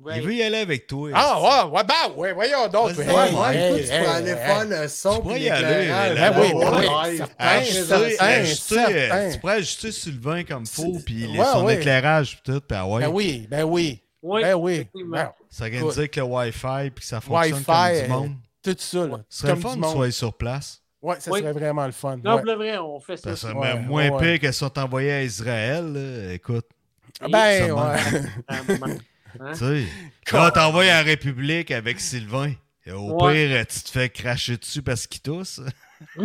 S5: ouais.
S4: Il veut y aller avec toi.
S2: Ah ouais, ouais, bah ouais, voyons donc.
S4: Vas-y,
S2: Hey,
S3: Ouais, Mike, toi,
S2: hey,
S3: tu
S2: hey,
S3: peux aller
S2: hey.
S3: faire le son
S4: Tu
S3: pis
S4: pourrais y aller,
S3: l'éclairage. Ah,
S4: là,
S2: Ben oui,
S4: là, Ah,
S2: ben oui,
S3: Ouais.
S2: certain,
S4: Ajuster,
S2: certain,
S4: ajuster,
S2: certain.
S4: euh, tu pourrais ajuster Sylvain comme faut, puis les-
S2: Ouais,
S4: son
S2: ouais.
S4: éclairage, puis tout, puis ah ouais.
S2: Ben oui, ben oui,
S5: Oui.
S2: ben oui.
S5: effectivement.
S2: Ben,
S4: S'organiser avec le Wi-Fi, puis que ça fonctionne
S2: Wi-Fi,
S4: comme
S2: euh,
S4: du monde.
S2: tout ça, là.
S4: Ce serait
S2: comme
S4: le
S2: du
S4: fun que tu
S2: monde.
S4: sois sur place.
S2: Ouais, ça
S5: Oui.
S2: serait vraiment le fun.
S5: Non,
S2: ouais.
S5: pour le vrai, on fait ça.
S4: Ça serait
S2: Ouais,
S4: même moins
S2: ouais.
S4: pire que si on t'envoyait à Israël. là. Écoute,
S2: Ah,
S4: ça
S2: Ben
S4: manque.
S2: ouais.
S5: Hein?
S4: tu sais, quand on t'envoie en République avec Sylvain, et au
S5: Ouais.
S4: pire, euh, tu te fais cracher dessus parce qu'il tousse.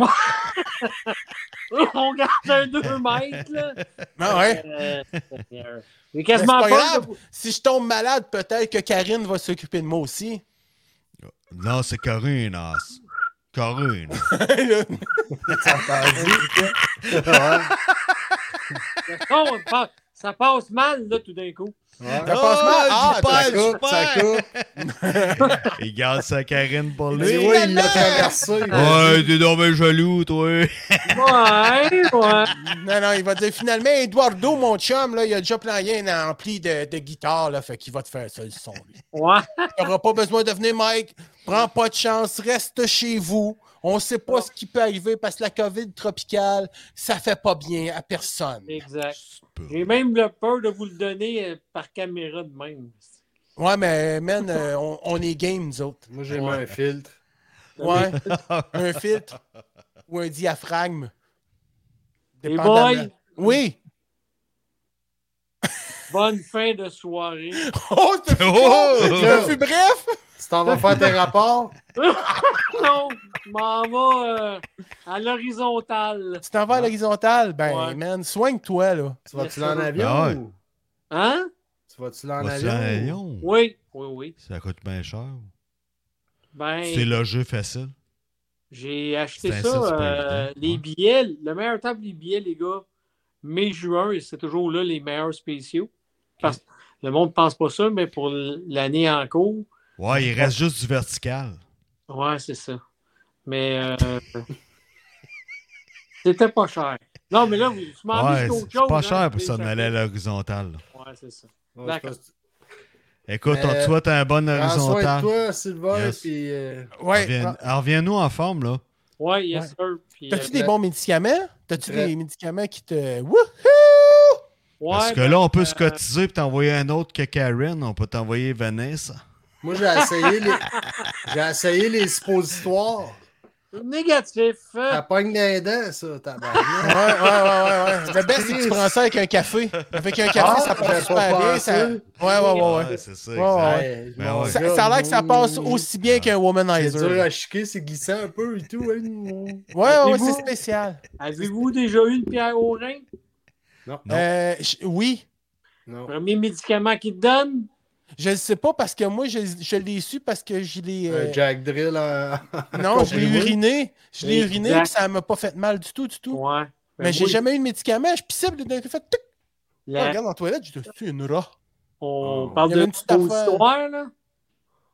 S5: on garde un 2 mètres, là.
S2: Ben ouais.
S5: Euh,
S2: Mais
S5: Seigneur. J'ai
S2: Ben, C'est
S5: quasiment
S2: pas
S5: peur.
S2: grave.
S5: de-
S2: Si je tombe malade, peut-être que Karine va s'occuper de moi aussi.
S4: Non, c'est Corinne. ah, c'est- Corinne.
S5: Non, on pa- ça passe mal, là, tout d'un coup.
S3: Ouais.
S2: Ça passe mal.
S4: Ah,
S2: Ah,
S4: du
S3: Ça
S4: pal, du
S3: coupe, ça
S4: pal.
S3: coupe.
S4: Il garde sa Karine pour
S3: Mais
S4: lui.
S3: oui, il l'a traversé.
S4: Ouais, t'es dommage jaloux, toi.
S5: Ouais, ouais.
S2: Non, non, il va dire finalement, Eduardo, mon chum, là, il a déjà plané un ampli de, de guitare, là, fait qu'il va te faire ça le son. lui.
S5: Ouais.
S2: Il n'aura pas besoin de venir, Mike. Prends pas de chance, reste chez vous. On sait pas ce qui peut arriver parce que la COVID tropicale, ça fait pas bien à personne.
S5: Exact. J'ai même le peur de vous le donner euh, par caméra de même.
S2: Ouais, mais man, euh, on, on est game, nous autres.
S3: Moi, j'ai mis un filtre.
S2: Ouais. un filtre ou un diaphragme.
S5: Les
S2: Dépendamment.
S5: boys,
S2: Oui.
S5: bonne fin de soirée.
S2: Oh, t'as fut
S4: Oh!
S2: t'as fut bref!
S3: Tu t'en vas faire tes rapports?
S5: non, je m'en vais euh, à l'horizontale.
S2: Tu t'en vas à l'horizontale? Ben,
S5: Ouais.
S2: man, soigne-toi, là.
S3: Tu vas-tu
S5: Yes,
S3: là en
S5: sir.
S3: avion?
S4: Ah ouais.
S3: ou-
S5: Hein?
S3: Tu vas-tu là en
S4: Vas-tu en
S3: avion?
S4: avion?
S5: Oui, oui, oui.
S4: Ça coûte bien cher. C'est
S5: Ben,
S4: logé facile.
S5: j'ai acheté
S4: c'est un
S5: ça,
S4: site, c'est pas
S5: euh,
S4: évident.
S5: les
S4: Ouais.
S5: billets, le meilleur table des billets, les gars, mai-juin, c'est toujours là les meilleurs spéciaux. Parce que le monde pense pas ça, mais pour l'année en cours,
S4: Ouais, il reste juste du vertical.
S5: ouais, c'est ça. Mais euh, c'était pas cher. Non, mais là, vous, vous m'en
S4: Ouais,
S5: dites autre
S4: c'est
S5: chose.
S4: pas
S5: hein,
S4: cher pour
S5: c'est-
S4: s'en aller à l'horizontale. là.
S5: Ouais, c'est ça.
S3: Ouais,
S5: D'accord.
S3: je pense-
S4: Écoute, on te
S3: Euh,
S4: souhaite un
S3: Prends
S4: bon
S3: soin de
S4: horizontal.
S3: toi, Sylvain,
S4: Yes.
S3: puis... euh,
S2: Ouais.
S4: Reviens- Reviens-nous en forme, là.
S5: Ouais, yes, sir. Puis,
S2: T'as-tu
S5: euh,
S2: des bons médicaments? T'as-tu
S3: Très.
S2: des médicaments qui te. Wouhou!
S5: ouais,
S4: Parce que
S5: ben,
S4: là, on peut
S5: euh,
S4: se cotiser et t'envoyer un autre que Karen. On peut t'envoyer Vanessa.
S3: Moi, j'ai essayé les... J'ai essayé les suppositoires.
S5: Négatif. euh,
S2: Ah,
S3: Ça pogne dans les dents, ça, tabarnak.
S2: Ouais, ouais, ouais, ouais. ouais. Le best, c'est que tu prends ça avec un café. Avec un café,
S3: Ah,
S2: ça
S3: j'avais
S2: passe
S3: pas
S2: super bien.
S3: pensé.
S2: ça- Ouais, ouais, ouais, ouais.
S4: Ouais, c'est ça,
S2: Ouais,
S4: exact.
S3: Ouais,
S4: Ben
S3: mon
S4: ouais.
S2: Ça,
S3: gars,
S2: ça a l'air que ça passe
S3: mm,
S2: aussi bien qu'un
S3: C'est dur
S2: womanizer.
S3: à chiquer, c'est glissant un peu et tout. hein, mm.
S2: Ouais, ouais,
S5: Avez-vous-
S2: c'est spécial.
S5: Avez-vous déjà eu une pierre au rein?
S4: Non.
S2: Euh, je- oui.
S3: Non.
S5: Premier médicament qu'ils te donnent?
S2: Je le sais pas parce que moi, je, je l'ai su parce que je l'ai. euh,
S3: Un Jack Drill en...
S2: non, je l'ai
S3: comprimé.
S2: uriné. Je l'ai
S5: Exact.
S2: uriné et ça m'a pas fait mal du tout, du tout.
S5: Ouais.
S2: Mais j'ai
S5: moi,
S2: jamais eu de médicament. Je pissais, puis d'un coup, fait tic.
S5: La-
S2: Ah, regarde en toilette, j'ai reçu une rat.
S5: on
S3: Oh.
S4: Ah.
S2: Il
S5: parle
S2: y
S5: de
S2: avait une petite affaire.
S5: histoire, là.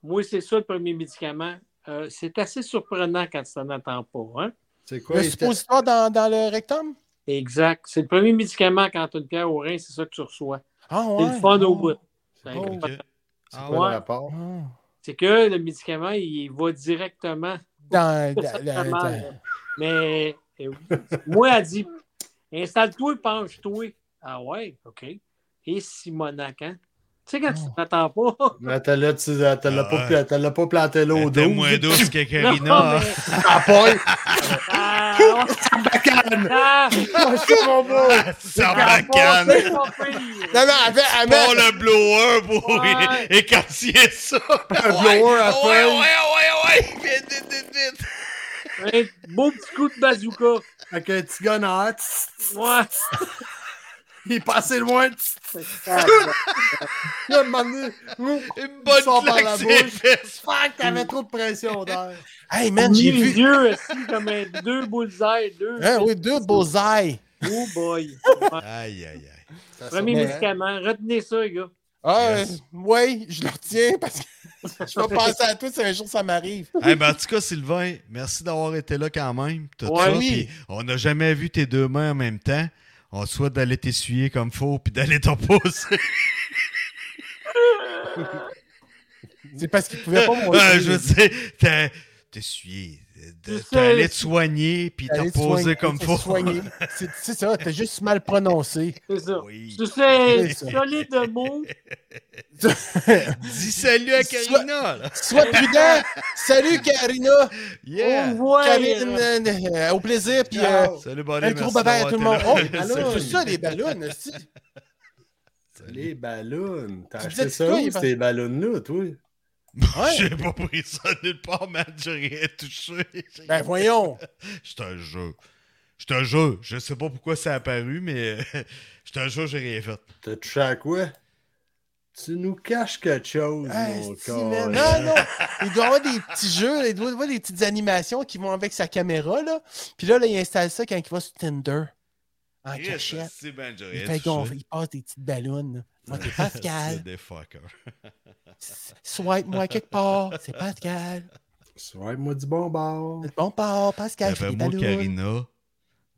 S5: Moi, c'est ça le premier médicament. Euh, c'est assez surprenant quand tu t'en attends pas. Hein?
S3: C'est quoi?
S2: Le
S3: il était-
S2: suppositoire dans, dans le rectum?
S5: Exact. C'est le premier médicament quand tu as une pierre au rein, c'est ça que tu reçois.
S2: Ah
S5: C'est
S2: ouais.
S5: le fun au
S2: ah,
S5: bout.
S3: C'est
S5: Oh.
S3: quoi-
S4: Ok.
S3: c'est
S4: Ah
S3: quoi
S5: ouais.
S3: le rapport?
S2: ah.
S5: C'est que le médicament, il va directement.
S2: Dans, dans-
S5: Ça fait
S2: dans-
S5: mal,
S2: dans-
S5: là. Mais euh, moi, elle dit installe-toi, penche-toi. Ah ouais, OK. Et Simonac, hein? Tu sais, quand
S2: Oh.
S5: tu t'attends pas.
S3: Mais elle l'a tu- elle te l'a
S4: Ah
S3: pas,
S4: ouais.
S3: elle te l'a pas planté l'eau
S4: Elle était moins douce que Karina. hein?
S5: Non, mais-
S3: Ah, boy!
S5: Ah, ouais.
S3: Bacane!
S5: Ah,
S2: Oh,
S3: Ah, c'est mon beau!
S4: hein. Ça
S5: Ah, bon,
S4: bacane.
S5: c'est pas pire.
S2: Non, non, avec,
S4: Pour
S2: avec,
S4: le blower pour
S5: Ouais.
S4: écartier ça.
S3: Un blower à
S4: Ouais,
S3: feu!
S4: ouais, ouais, ouais. Vite, vite, vite, vite.
S5: Un beau petit coup de bazooka.
S3: Avec un petit gun en tss, tss,
S5: Ouais.
S3: Il est passé loin! tss. Il a demandé. Ouh,
S4: Une bonne
S3: Sors par
S4: claque
S3: la
S4: sur les
S3: bouche.
S4: fesses.
S3: Fuck, t'avais trop de pression d'air!
S2: Hey man,
S5: Mes
S2: j'ai vu.
S5: yeux aussi comme un- deux bullseye, deux.
S2: Hein, oui, deux beaux ailes.
S5: Oh boy. Ouais.
S4: Aïe, aïe, aïe.
S3: Ça
S5: Premier
S3: sonnait, hein?
S5: médicament. Retenez ça, les gars.
S2: Ah,
S4: Yes.
S2: euh, ouais, je le retiens parce que je vais penser à toi si un jour ça m'arrive.
S4: Eh ben, en tout cas, Sylvain, merci d'avoir été là quand même. Tout
S5: Ouais,
S4: ça,
S2: oui.
S4: puis On n'a jamais vu tes deux mains en même temps. On te souhaite d'aller t'essuyer comme faut puis d'aller t'en poser.
S2: C'est parce qu'il pouvait pas
S4: Euh,
S2: montrer.
S4: Je sais, t'as- t'essuyer, de-
S5: Tu sais,
S4: t'aller te soigner puis
S2: T'allais
S4: t'en
S2: te
S4: poser
S2: soigner,
S4: comme
S2: te
S4: faut.
S2: soigner. C'est c'est ça, t'as juste mal prononcé.
S5: C'est ça.
S4: Oui.
S5: Tu sais,
S2: C'est ça.
S5: solide de mots.
S4: Dis salut à
S2: Sois-
S4: Karina. là.
S2: Sois prudent. Salut Karina.
S4: Yeah.
S5: On voit.
S2: Karine,
S5: euh,
S2: euh, euh, au plaisir. Puis euh,
S4: Salut, bonnet.
S2: un gros
S4: merci
S2: bye-bye à
S4: d'avoir
S2: tout le monde.
S4: été là.
S2: Oh,
S3: ballons.
S2: c'est ça les ballons. aussi.
S4: Salut.
S3: Les ballons! T'as
S2: Tu
S3: acheté
S2: disais
S3: ça
S2: quoi,
S3: où,
S2: il va-
S3: ces ballons-là, toi?
S2: Ouais.
S4: J'ai pas pris ça nulle part, man. J'ai rien touché.
S2: Ben voyons.
S4: Je te jure. Je te jure. Je sais pas pourquoi ça a apparu, mais euh, je te jure, j'ai rien fait.
S3: T'as touché à quoi? Tu nous caches quelque chose, mon
S2: Asti, man.
S3: corps.
S2: non, non. Il doit y avoir des petits jeux, il doit y avoir des petites animations qui vont avec sa caméra. Là. Puis là, là, il installe ça quand il va sur Tinder. En
S4: Yes,
S2: Ah, cachette.
S4: c'est ben, j'ai
S2: Il,
S4: rien
S2: fait gonfler,
S4: touché.
S2: il passe des petites ballons. là. Moi, c'est
S4: C'est
S2: Pascal.
S4: des fuckers.
S2: Swipe-moi quelque part. C'est Pascal.
S3: Ouais, moi du bon bord.
S2: C'est le bon part,
S4: Il y
S2: Pascal. je fais
S4: avait
S2: des
S4: moi,
S2: ballons.
S4: Karina.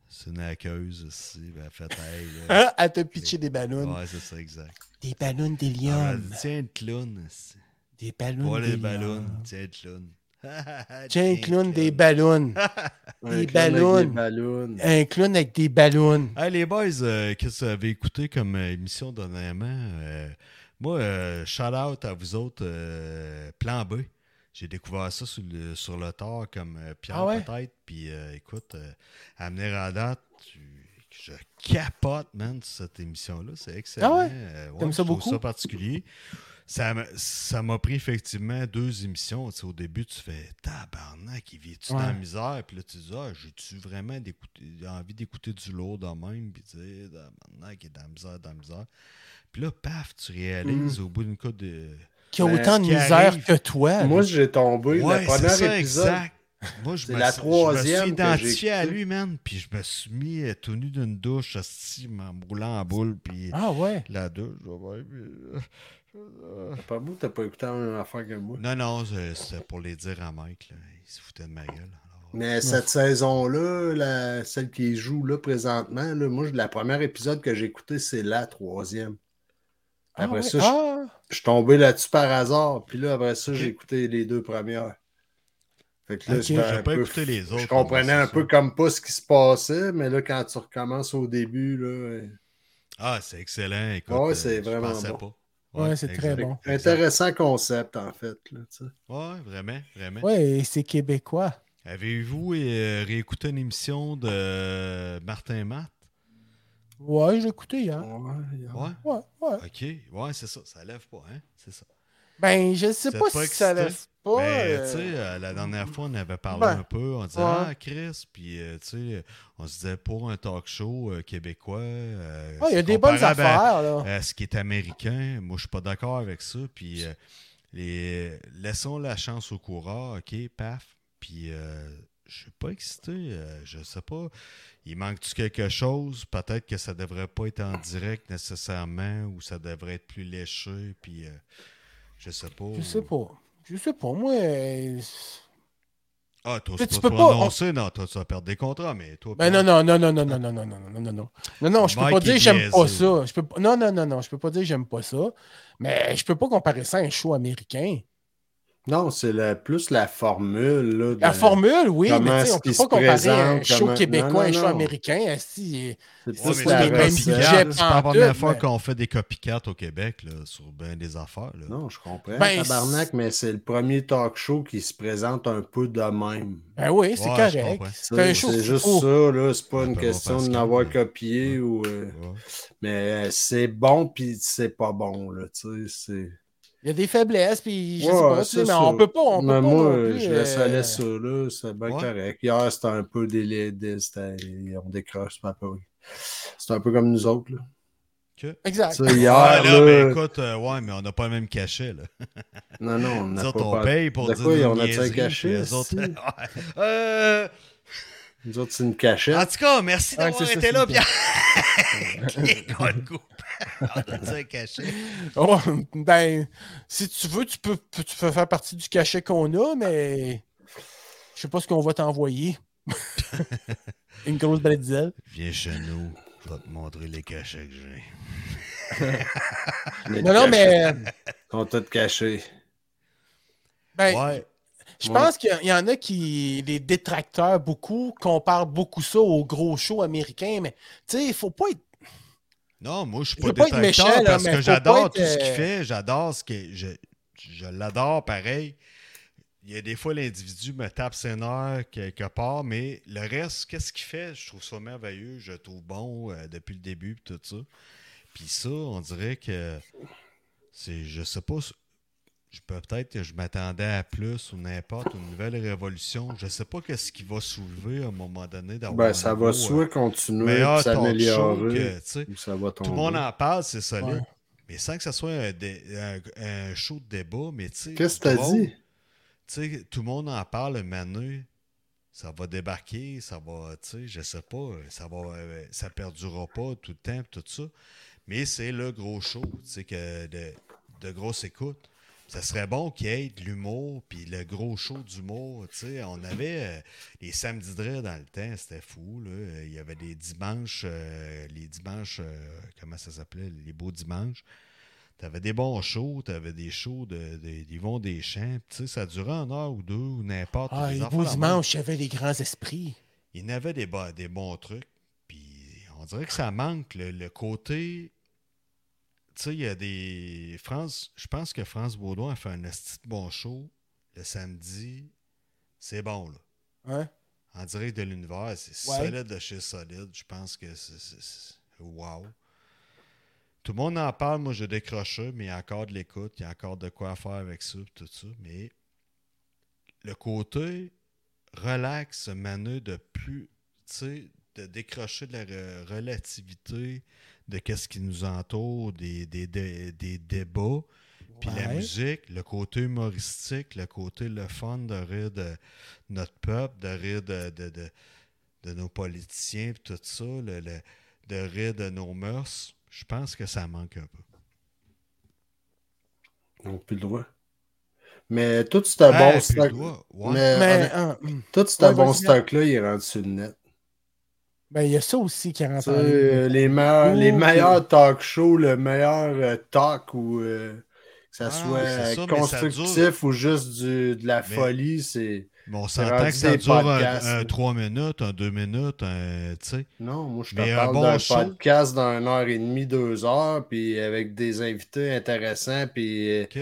S4: C'est une hackeuse aussi. Ben, elle fait hey, là.
S2: Hein? Elle te pitcher des ballons.
S4: Ouais, c'est ça, exact. Ah,
S2: Des ballons
S4: Elle m'a
S2: d'hélium.
S4: dit, Tiens, le clown. esti.
S2: Des ballons.
S4: Pas les
S2: d'hélium.
S4: ballons. Tiens, le clown.
S2: J'ai un clown des ballons.
S3: Un
S2: Des
S3: clown avec
S2: ballons.
S3: Des ballons.
S2: Un clown avec des ballons.
S4: Hey, les boys, euh, qu'est-ce que vous avez écouté comme euh, émission dernièrement? Euh, moi, euh, shout out à vous autres, euh, Plan B. J'ai découvert ça sur le, sur le tard comme euh, Pierre
S2: Ah ouais?
S4: peut-être. Puis euh, écoute, euh, amener à date, tu- je capote, man, sur cette émission-là. C'est excellent.
S2: Ah ouais?
S4: Euh,
S2: T'aimes
S4: je
S2: ça
S4: trouve
S2: beaucoup?
S4: ça particulier. Ça m'a- ça m'a pris effectivement deux émissions. Tu sais, au début, tu fais tabarnak, il vit-tu dans la
S2: Ouais.
S4: misère? Puis là, tu dis, ah, j'ai-tu vraiment d'écouter- envie d'écouter du lourd de même? Puis tu sais, tabarnak, il est dans la misère, dans la misère. Puis là, paf, tu
S3: Mm.
S4: réalises au bout d'une coupe de.
S2: Qui a
S3: Ben,
S2: autant de
S4: qui
S2: misère
S4: arrive.
S2: que toi.
S3: Moi, j'ai tombé
S4: Ouais,
S3: le
S4: c'est
S3: premier
S4: ça,
S3: épisode.
S4: exact. Moi, je
S3: C'est
S4: me,
S3: la
S4: suis- je me
S3: troisième
S4: suis
S3: que
S4: identifié
S3: j'ai
S4: à
S3: écoutée.
S4: lui, man. Puis je me suis mis euh, tout nu d'une douche, hostie, m'en roulant en boule. Puis
S2: Ah ouais.
S4: la douche, je vois bien, puis- euh,
S3: T'as pas beau, t'as pas écouté la même affaire que moi.
S4: Non, non, c'est- c'était pour les dire à Mike. Là. Il se foutait de ma gueule. Alors,
S3: Mais cette saison-là, la- celle qui joue là présentement, là, moi, je- la première épisode que j'ai écouté, c'est la troisième.
S2: Ah
S3: Après
S2: ouais.
S3: ça,
S2: Ah.
S3: Je suis tombé là-dessus par hasard. Puis là, après ça, j'ai écouté les deux premières. Fait que là,
S2: Ok.
S3: j'étais
S4: J'ai
S3: un
S4: pas
S3: peu
S4: écouté les autres,
S3: Je comprenais
S4: moi,
S3: un
S4: c'est
S3: peu
S4: ça.
S3: comme pas ce qui se passait, mais là, quand tu recommences au début, là,
S4: Ah, c'est excellent. Écoute, euh,
S3: Ouais, c'est
S4: je
S3: vraiment
S4: pensais
S3: bon.
S4: pas.
S2: Ouais, c'est très
S4: exact.
S2: bon.
S3: euh, intéressant concept, en fait. là, tu sais.
S4: Ouais, vraiment, vraiment.
S2: Ouais, et c'est québécois.
S4: Avez-vous euh, réécouté une émission de euh, Martin Matt?
S2: Ouais, j'ai écouté
S4: Ah.
S2: hier.
S3: Ouais,
S4: Ouais.
S2: Ouais, ouais.
S4: OK. Ouais, c'est ça. Ça lève pas, hein? C'est ça.
S2: Ben, je sais
S4: Ça
S2: pas
S4: te pas
S2: si ça
S4: excité?
S2: lève pas.
S4: Ben,
S2: euh,
S4: tu sais, euh, la dernière fois, on avait parlé
S2: ben,
S4: un peu. On disait,
S2: ouais.
S4: ah, Chris, puis, euh, tu sais, on se disait, pour un talk show euh, québécois. euh,
S2: ouais, il y a
S4: c'est
S2: des bonnes
S4: comparable à-
S2: affaires, là.
S4: Euh, ce qui est américain, moi, je suis pas d'accord avec ça. Puis, euh, les... laissons la chance au coureur, OK, paf. Puis, euh, je suis pas excité, euh, je sais pas. Il manque-tu quelque chose? Peut-être que ça devrait pas être en direct nécessairement ou ça devrait être plus léché, puis euh, je sais pas.
S2: Je sais pas. Je sais pas. Moi, euh,
S4: Ah, toi,
S2: Mais
S4: tu
S2: tu
S4: peux
S2: peux
S4: pas
S2: pas-
S4: annoncer, non, toi, tu vas perdre des contrats, mais toi.
S2: Ben non, non, non, non, non, non, non, non, non, non, non, non. Non, non, je peux
S4: Mike
S2: pas dire
S4: est
S2: que j'aime pas
S4: biaisé.
S2: ça. Je peux pas- Non, non, non, non, je peux pas dire que j'aime pas ça. Mais je peux pas comparer ça à un show américain.
S3: Non, c'est la- plus la formule. Là,
S2: La
S3: de-
S2: formule, oui,
S3: Ben, Comment
S2: mais tu sais, on
S3: est-ce
S2: peut
S3: qu'il
S2: pas
S3: se
S2: comparer un
S3: présente,
S2: show
S3: comment-
S2: québécois
S3: Non,
S2: à un
S3: non,
S2: show
S3: non.
S2: américain. asti,
S3: C'est
S4: Ouais,
S3: plus
S4: mais
S2: c'est
S3: la
S4: c'est
S2: le même
S3: recette.
S2: budget,
S4: copycat, c'est pas la
S2: pantoute,
S4: première fois
S2: mais-
S4: qu'on fait des copycats au Québec là, sur ben des affaires. Là.
S3: Non, je comprends,
S2: Ben,
S3: tabarnak, mais c'est le premier talk show qui se présente un peu de même.
S2: Ben oui, c'est
S4: Ouais, je
S2: correct.
S4: comprends.
S2: C'est un show.
S3: C'est juste
S2: Oh,
S3: ça, là. C'est pas
S4: Ouais,
S3: une
S4: pas
S3: question
S4: Pascal,
S3: de l'avoir
S4: mais-
S3: copié
S4: Ouais.
S3: ou. euh,
S4: Ouais.
S3: Mais euh, c'est bon, puis c'est pas bon, là. Tu sais,
S2: Il y a des faiblesses, puis je sais pas,
S3: Ouais,
S2: tu
S3: c'est
S2: sais, mais
S3: ça.
S2: on peut pas.
S3: c'est.
S2: On peut
S3: Mais
S2: pas
S3: moi,
S2: non plus,
S3: je laisse
S2: euh,
S3: aller ça, là. C'est bien
S4: Ouais.
S3: correct. Hier, c'était un peu délai. dé- c'était- On décroche, c'est pas peu. C'est un peu comme nous autres, là. Tu
S2: Exact.
S3: sais, hier,
S4: Ah,
S3: là,
S4: là, ben, écoute, euh, ouais, mais on n'a pas le même cachet. Là.
S3: Non, non, on
S4: Nous
S3: n'a
S4: autres,
S3: pas
S4: on
S3: par-
S4: paye pour
S3: De
S4: dire
S3: quoi,
S4: des
S3: on a-tu un
S4: niaiseries,
S3: cachet,
S4: puis eux autres-
S3: si?
S4: Ouais. Euh,
S3: Nous autres, c'est une cachette.
S4: En tout cas, merci
S2: Ouais,
S4: d'avoir
S2: c'est ça,
S4: été
S2: c'est
S4: là,
S2: une
S4: Pierre. Les gars de coupe. On a dit un cachet.
S2: Oh, ben, si tu veux, tu peux, tu peux faire partie du cachet qu'on a, mais je sais pas ce qu'on va t'envoyer. Une grosse bretzel.
S4: Viens chez nous, je vais te montrer les cachets que j'ai. Ah,
S3: Les
S2: Non, non,
S3: cachettes
S2: mais euh,
S3: sont toutes cachées.
S2: ben,
S4: Ouais.
S2: je
S3: ouais.
S2: pense qu'il y a- il y en a qui, les détracteurs, beaucoup, comparent beaucoup ça aux gros shows américains, mais tu sais, il faut pas être.
S4: Non, moi, je suis
S2: Je
S4: pas
S2: veux pas être
S4: détracteur
S2: méchant, là,
S4: parce
S2: mais
S4: que
S2: faut
S4: j'adore
S2: pas être,
S4: tout ce qu'il
S2: euh,
S4: fait. J'adore ce que. Je, je l'adore pareil. Il y a des fois, l'individu me tape ses nerfs quelque part, mais le reste, qu'est-ce qu'il fait? Je trouve ça merveilleux. Je le trouve bon euh, depuis le début, puis tout ça. Puis ça, on dirait que. c'est Je sais pas. Je peux peut-être que je m'attendais à plus ou n'importe, une nouvelle révolution. Je sais pas qu'est-ce qui va soulever à un moment donné d'avoir.
S3: Ben,
S4: un
S3: ça
S4: nouveau,
S3: va
S4: euh,
S3: soit continuer,
S4: meilleur
S3: puis
S4: talk show
S3: s'améliorer.
S4: que, tu sais,
S3: ou Ça va tomber.
S4: tout le monde en parle, c'est solide.
S2: Ouais.
S4: Mais sans que ça soit un, dé- un- un show de débat, mais tu sais.
S3: Qu'est-ce que t'as
S4: drôle,
S3: dit?
S4: Tu sais, tout le monde en parle, Manu. Ça va débarquer, ça va, tu sais, je sais pas, ça va, euh, ça perdurera pas tout le temps, tout ça. Mais c'est le gros show, tu sais, que de, de grosse écoute. Ça serait bon qu'il y ait de l'humour, puis le gros show d'humour, tu sais. On avait euh, les samedis dreads dans le temps, c'était fou, là. Euh, Il y avait des dimanches, euh, les dimanches, euh, comment ça s'appelait, les beaux dimanches. T'avais des bons shows, t'avais des shows de, de, d'Yvon Deschamps, tu sais, ça durait une heure ou deux, ou n'importe.
S2: Ah,
S4: des
S2: les
S4: affaires
S2: beaux
S4: de même.
S2: dimanches, il y avait les grands esprits.
S4: Il y en avait des, bo- des bons trucs. Puis on dirait que ça manque le, le côté. Tu sais, il y a des. France, je pense que France Baudouin a fait un esti de bon show le samedi. C'est bon, là.
S2: Hein?
S4: En direct de l'univers, c'est
S2: Ouais.
S4: solide de chez solide. Je pense que c'est. c'est- c'est- Wow. Tout le monde en parle. Moi, j'ai décroché, mais il y a encore de l'écoute. Il y a encore de quoi faire avec ça, puis tout ça. Mais le côté relax, Manu, de plus, tu sais, de décrocher de la re- relativité de qu'est-ce qui nous entoure, des, des, des, des débats, puis la
S2: Ouais.
S4: musique, le côté humoristique, le côté le fun de rire de notre peuple, de rire de, de, de, de nos politiciens, puis tout ça, le- le- de rire de nos mœurs, je pense que ça manque un peu.
S3: Ils n'ont plus le droit. Mais tout ce
S4: Ah,
S3: Euh, bon
S4: puis
S3: stock.
S4: toi, ouais.
S3: mais,
S2: Mais
S3: honnêtement,
S2: hein, hum.
S3: tout ce
S2: Ouais,
S3: bon
S2: vas-y,
S3: stock-là, il est rendu sur le net.
S2: ben, il y a ça aussi qui
S3: Tu
S2: rentre
S3: sais,
S2: en ligne.
S3: euh, les, meilleurs, les
S2: Ouh.
S3: meilleurs talk shows, le meilleur euh, talk ou euh, que ça
S4: Ah,
S3: soit
S4: c'est ça,
S3: euh,
S4: mais ça
S3: constructif ou juste du- de la
S4: Mais-
S3: folie, c'est.
S4: Mais on
S3: C'est
S4: s'entend
S3: rendu
S4: que ça
S3: des
S4: dure un,
S3: podcasts,
S4: un
S3: là.
S4: 3 minutes, un 2 minutes, un, tu sais.
S3: Non, moi je te
S4: Mais un
S3: parle
S4: bon
S3: d'un
S4: show-
S3: podcast d'un heure et demie, deux heures, puis avec des invités intéressants, puis. euh,
S4: OK.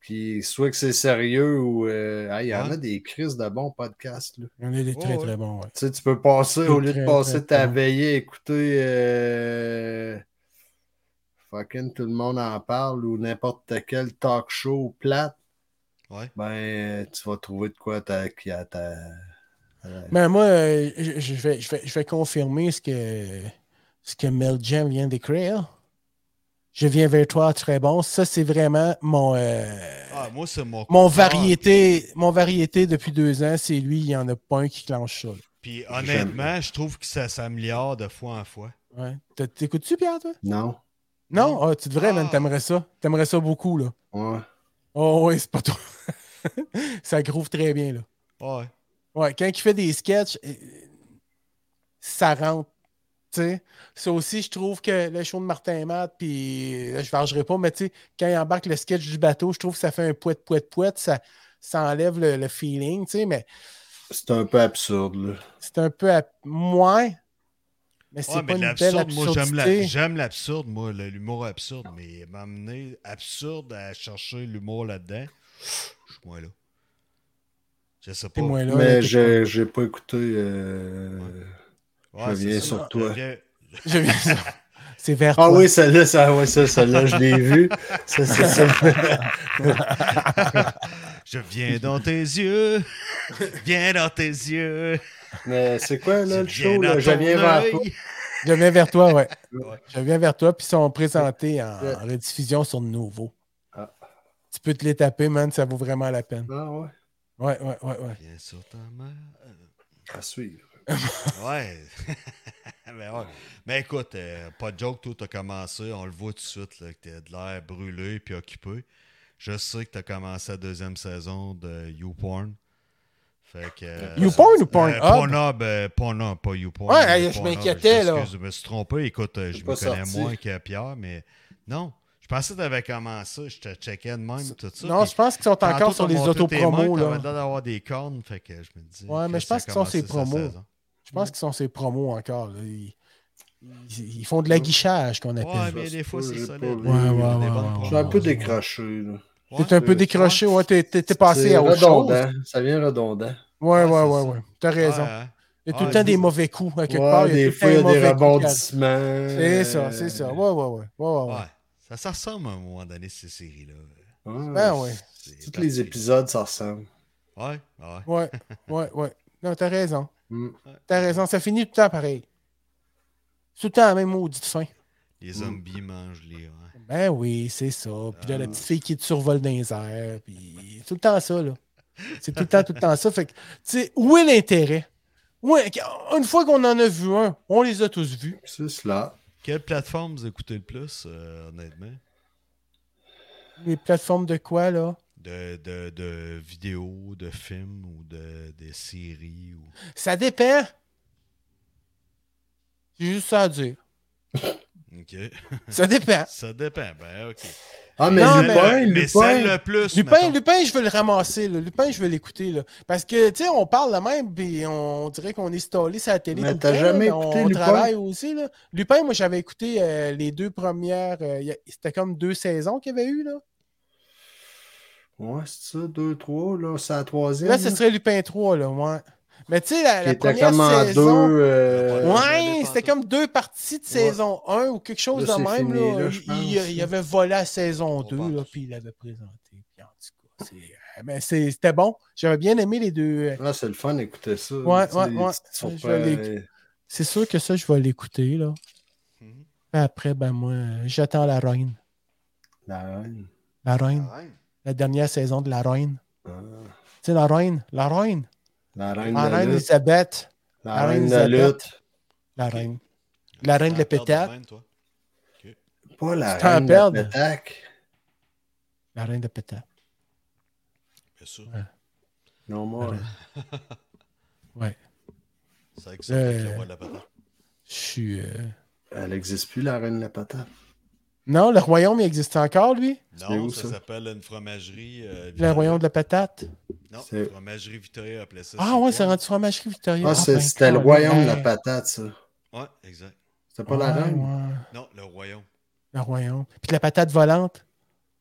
S3: Puis soit que c'est sérieux ou. euh, ah, Il y en
S4: Ouais.
S3: a des crises de bons podcasts. Là.
S2: Il y en a des très
S4: Ouais, ouais.
S2: très bons, ouais.
S3: Tu sais, tu peux passer,
S2: C'est
S3: au lieu de
S2: très,
S3: passer
S2: très
S3: ta
S2: bon.
S3: veillée, à écouter. euh, fucking tout le monde en parle ou n'importe quel talk show plate,
S4: Ouais.
S3: ben euh, tu vas trouver de quoi t'a- qui a ta. euh,
S2: Mais moi, euh, je, je vais, je, vais, je vais confirmer ce que, ce que Mel Jam vient d'écrire. Je viens vers toi, très bon. Ça, c'est vraiment mon, euh,
S4: Ah, moi, c'est mon.
S2: mon,
S4: Ah,
S2: variété, mon variété depuis deux ans. C'est lui, il n'y en a pas un qui clenche ça. là.
S4: Puis honnêtement, je trouve que ça s'améliore de fois en fois.
S2: Ouais. T'as- T'écoutes-tu, Pierre, toi?
S3: Non.
S2: Non? Ah, tu devrais, man.
S4: Ah.
S2: T'aimerais ça. T'aimerais ça beaucoup, là.
S3: Ouais.
S2: Oh, oui, c'est pas toi. ça groove très bien, là.
S4: Ah Ouais.
S2: Ouais, quand il fait des sketchs, euh, ça rentre. tu sais. Ça aussi, je trouve que le show de Martin et Matt, puis là, je vargerai pas, mais tu sais, quand il embarque le sketch du bateau, je trouve que ça fait un poète, poète, poète, ça, ça enlève le, le feeling, tu sais, mais
S3: C'est un peu absurde, là.
S2: c'est un peu à moins, mais c'est
S4: Ouais,
S2: pas
S4: mais de
S2: une belle
S4: l'absurde, moi, j'aime la-
S2: absurdité.
S4: j'aime l'absurde, moi, le- l'humour absurde, mais m'amener absurde à chercher l'humour là-dedans, je suis moins là. Je sais pas.
S2: C'est moins là, là,
S3: Mais
S2: t'es-
S3: j'ai j'ai pas écouté. euh,
S4: Ouais,
S3: Je viens
S4: c'est
S3: sur
S4: ça.
S3: toi.
S4: Je viens-
S2: J'ai vu ça. C'est vers
S3: Ah
S2: toi.
S3: oui, celle-là, ça, ouais, ça, celle-là, je l'ai vue. Ça, c'est ça.
S4: Je viens dans tes yeux. Viens dans tes yeux.
S3: Mais c'est quoi, là, le
S4: Je viens
S3: show? Là?
S4: dans
S3: Je
S4: ton
S3: viens vers
S4: œil.
S3: toi.
S2: Je viens vers toi, ouais.
S4: Ouais.
S2: Je viens vers toi, puis ils sont présentés en,
S3: Ouais.
S2: en rediffusion sur Nouveau.
S3: Ah.
S2: Tu peux te les taper, man, ça vaut vraiment la peine.
S3: Ah ouais.
S2: Ouais, ouais, ouais, ouais.
S4: Viens sur ta main.
S3: À suivre.
S4: Ouais. mais, ouais. Mais écoute, euh, pas de joke, toi, t'as commencé, on le voit tout de suite, là, que t'as de l'air brûlé puis occupé. Je sais que t'as commencé la deuxième saison de YouPorn. Fait que. euh,
S2: YouPorn ou Pornhub?
S4: euh, Pornhub, euh, Pornhub, pas YouPorn.
S2: Ouais,
S4: mais
S2: hey, je
S4: Pornhub,
S2: m'inquiétais, là.
S4: m'excuse, Je me suis trompé. Écoute, euh,
S3: C'est
S4: je me
S3: pas
S4: connais
S3: sorti.
S4: moins que Pierre, mais non. Je pensais que t'avais commencé, je te checkais de même, tout ça.
S2: Non,
S4: puis
S2: je pense qu'ils sont
S4: Tantôt,
S2: encore sur
S4: t'as
S2: les
S4: montré tes mains,
S2: autopromos.
S4: t'avais
S2: Là.
S4: l'air d'avoir des cornes, fait que je me dis.
S2: Ouais, mais je
S4: Chris,
S2: pense
S4: ça
S2: qu'ils sont
S4: commencé
S2: ses
S4: sa
S2: promos.
S4: saison.
S2: Je pense qu'ils sont ces promos encore. là. Ils, ils- ils font de l'aguichage qu'on appelle.
S4: Ouais,
S3: ça,
S4: mais
S3: c'est
S4: des fois,
S3: pas-
S4: c'est
S3: j'ai
S4: solide.
S3: pas vu.
S4: Il y a
S2: Ouais,
S4: des
S2: ouais,
S4: bonnes
S2: ouais,
S4: promos.
S3: Je
S2: ouais,
S3: suis un peu
S2: Ah, ouais.
S3: décroché, là.
S4: Ouais,
S2: T'es un peu
S4: ouais.
S2: décroché, ouais, t'es, t'es- t'es passé
S3: C'est
S2: à autre chose.
S3: redondant. Ça vient redondant.
S2: Ouais, ouais,
S4: Ouais, c'est
S2: ouais,
S4: ça.
S2: ouais. T'as raison.
S4: Ouais,
S2: Il y a tout
S4: Ouais,
S2: le temps
S4: c'est
S2: des
S4: ça.
S2: mauvais coups à quelque
S3: Ouais,
S2: part. Il y a tout le
S3: des
S2: temps
S3: fois, il y
S2: un
S3: a des
S2: mauvais coup qui arrive.
S3: rebondissements.
S2: C'est ça, c'est ça. Ouais, ouais, ouais. ouais, ouais, ouais.
S4: ouais. Ça, ça ressemble à un moment donné, ces séries-là.
S3: Ouais,
S2: Ben ouais.
S4: C'est
S3: Tous
S4: parti.
S3: les épisodes, ça ressemble.
S4: Ouais, ouais.
S2: Ouais, ouais, ouais. Non, t'as raison.
S3: Mm.
S2: T'as raison. Ça finit tout le temps pareil. Tout le temps la même maudite fin.
S3: Mm.
S4: Les zombies mangent les. ouais.
S2: Ben oui, c'est ça. Puis là, la petite fille qui te survole dans les airs. Puis tout le temps ça, là. C'est tout le temps, tout le temps ça. Fait que, tu sais, où est l'intérêt? Ouais, une fois qu'on en a vu un, on les a tous vus.
S3: C'est cela.
S4: Quelle plateforme vous écoutez le plus, euh, honnêtement
S2: Les plateformes de quoi, là?
S4: de, de, de vidéos, de films ou de, des séries ou...
S2: Ça dépend. J'ai juste ça à dire.
S4: Ok.
S2: Ça dépend.
S4: Ça dépend. Ben, ok.
S3: Ah, mais
S2: Non,
S3: Lupin,
S4: mais, mais
S3: Lupin.
S4: celle le plus.
S2: Lupin,
S4: mettons.
S2: Lupin, je veux le ramasser. Là. Lupin, je veux l'écouter. là. Parce que, tu sais, on parle la même, puis on dirait qu'on est stallé sur la télé.
S3: Mais
S2: tout le
S3: t'as
S2: temps,
S3: jamais
S2: là,
S3: écouté
S2: on
S3: Lupin?
S2: travaille aussi. Là. Lupin, moi, j'avais écouté euh, les deux premières. euh, y a- C'était comme deux saisons qu'il y avait eu. Là,
S3: Ouais, c'est ça, deux, trois, là, c'est la troisième.
S2: là ce serait Lupin 3, là, ouais. Mais tu sais, la,
S3: Mhm. qui
S2: la
S3: était
S2: première
S3: comme en
S2: saison.
S3: deux. euh,
S4: Ouais.
S2: Ouais, c'était comme deux parties de saison 1 ou quelque chose
S3: Là,
S2: de
S3: c'est
S2: même.
S3: fini,
S2: là.
S3: là, je
S2: il, il-
S3: pense.
S2: il avait volé à saison
S4: On
S2: 2,
S4: pense.
S2: là, puis il l'avait présenté. Puis en tout cas, c'est- euh, mais c'est- c'était bon. J'avais bien aimé les deux. euh,
S3: Là, c'est le fun d'écouter ça.
S2: Ouais,
S3: Tu sais,
S2: ouais,
S3: les
S2: ouais.
S3: petites surprises.
S2: Je l'ai- C'est sûr que ça, je vais l'écouter, là.
S4: Mhm.
S2: Après, ben moi, euh, j'attends La Reine.
S3: La reine.
S2: La
S4: Mhm.
S2: Reine. La dernière saison de La Reine.
S3: Ah.
S2: Tu sais, La Reine. La Reine.
S3: La reine
S2: La
S3: de
S2: Reine
S3: lutte.
S2: Elisabeth.
S3: La reine de la
S2: Elisabeth.
S3: lutte.
S2: La Reine. La Reine de la
S4: T'en perds
S2: pétaque.
S4: même, toi?
S3: Pas la
S2: Tu t'en
S3: reine de la
S2: perdes.
S3: pétaque.
S2: La Reine de pétaque.
S4: Bien sûr.
S3: Non, moi.
S2: Ouais.
S4: C'est avec ça que
S2: Euh,
S4: le roi de la patate.
S2: Je suis. euh,
S3: Elle n'existe plus, la reine de la patate.
S2: Non, le royaume, il existe encore, lui.
S3: c'est
S4: Non,
S3: où,
S4: ça
S3: ça?
S4: s'appelle une fromagerie. euh,
S2: Le
S4: Victoria.
S2: royaume de la patate.
S4: Non,
S3: C'est-
S4: fromagerie Victoria appelait ça.
S2: Ah ouais,
S4: c'est
S2: c'est
S4: quoi?
S2: rendu fromagerie Victoria.
S3: Ah, c'est-
S2: ben,
S3: c'était le
S2: Colin.
S3: royaume de la patate, ça.
S4: Ouais, exact.
S3: C'était pas la
S2: Ouais,
S3: reine.
S2: ouais.
S4: Non, le royaume.
S2: Le royaume. Puis la patate volante.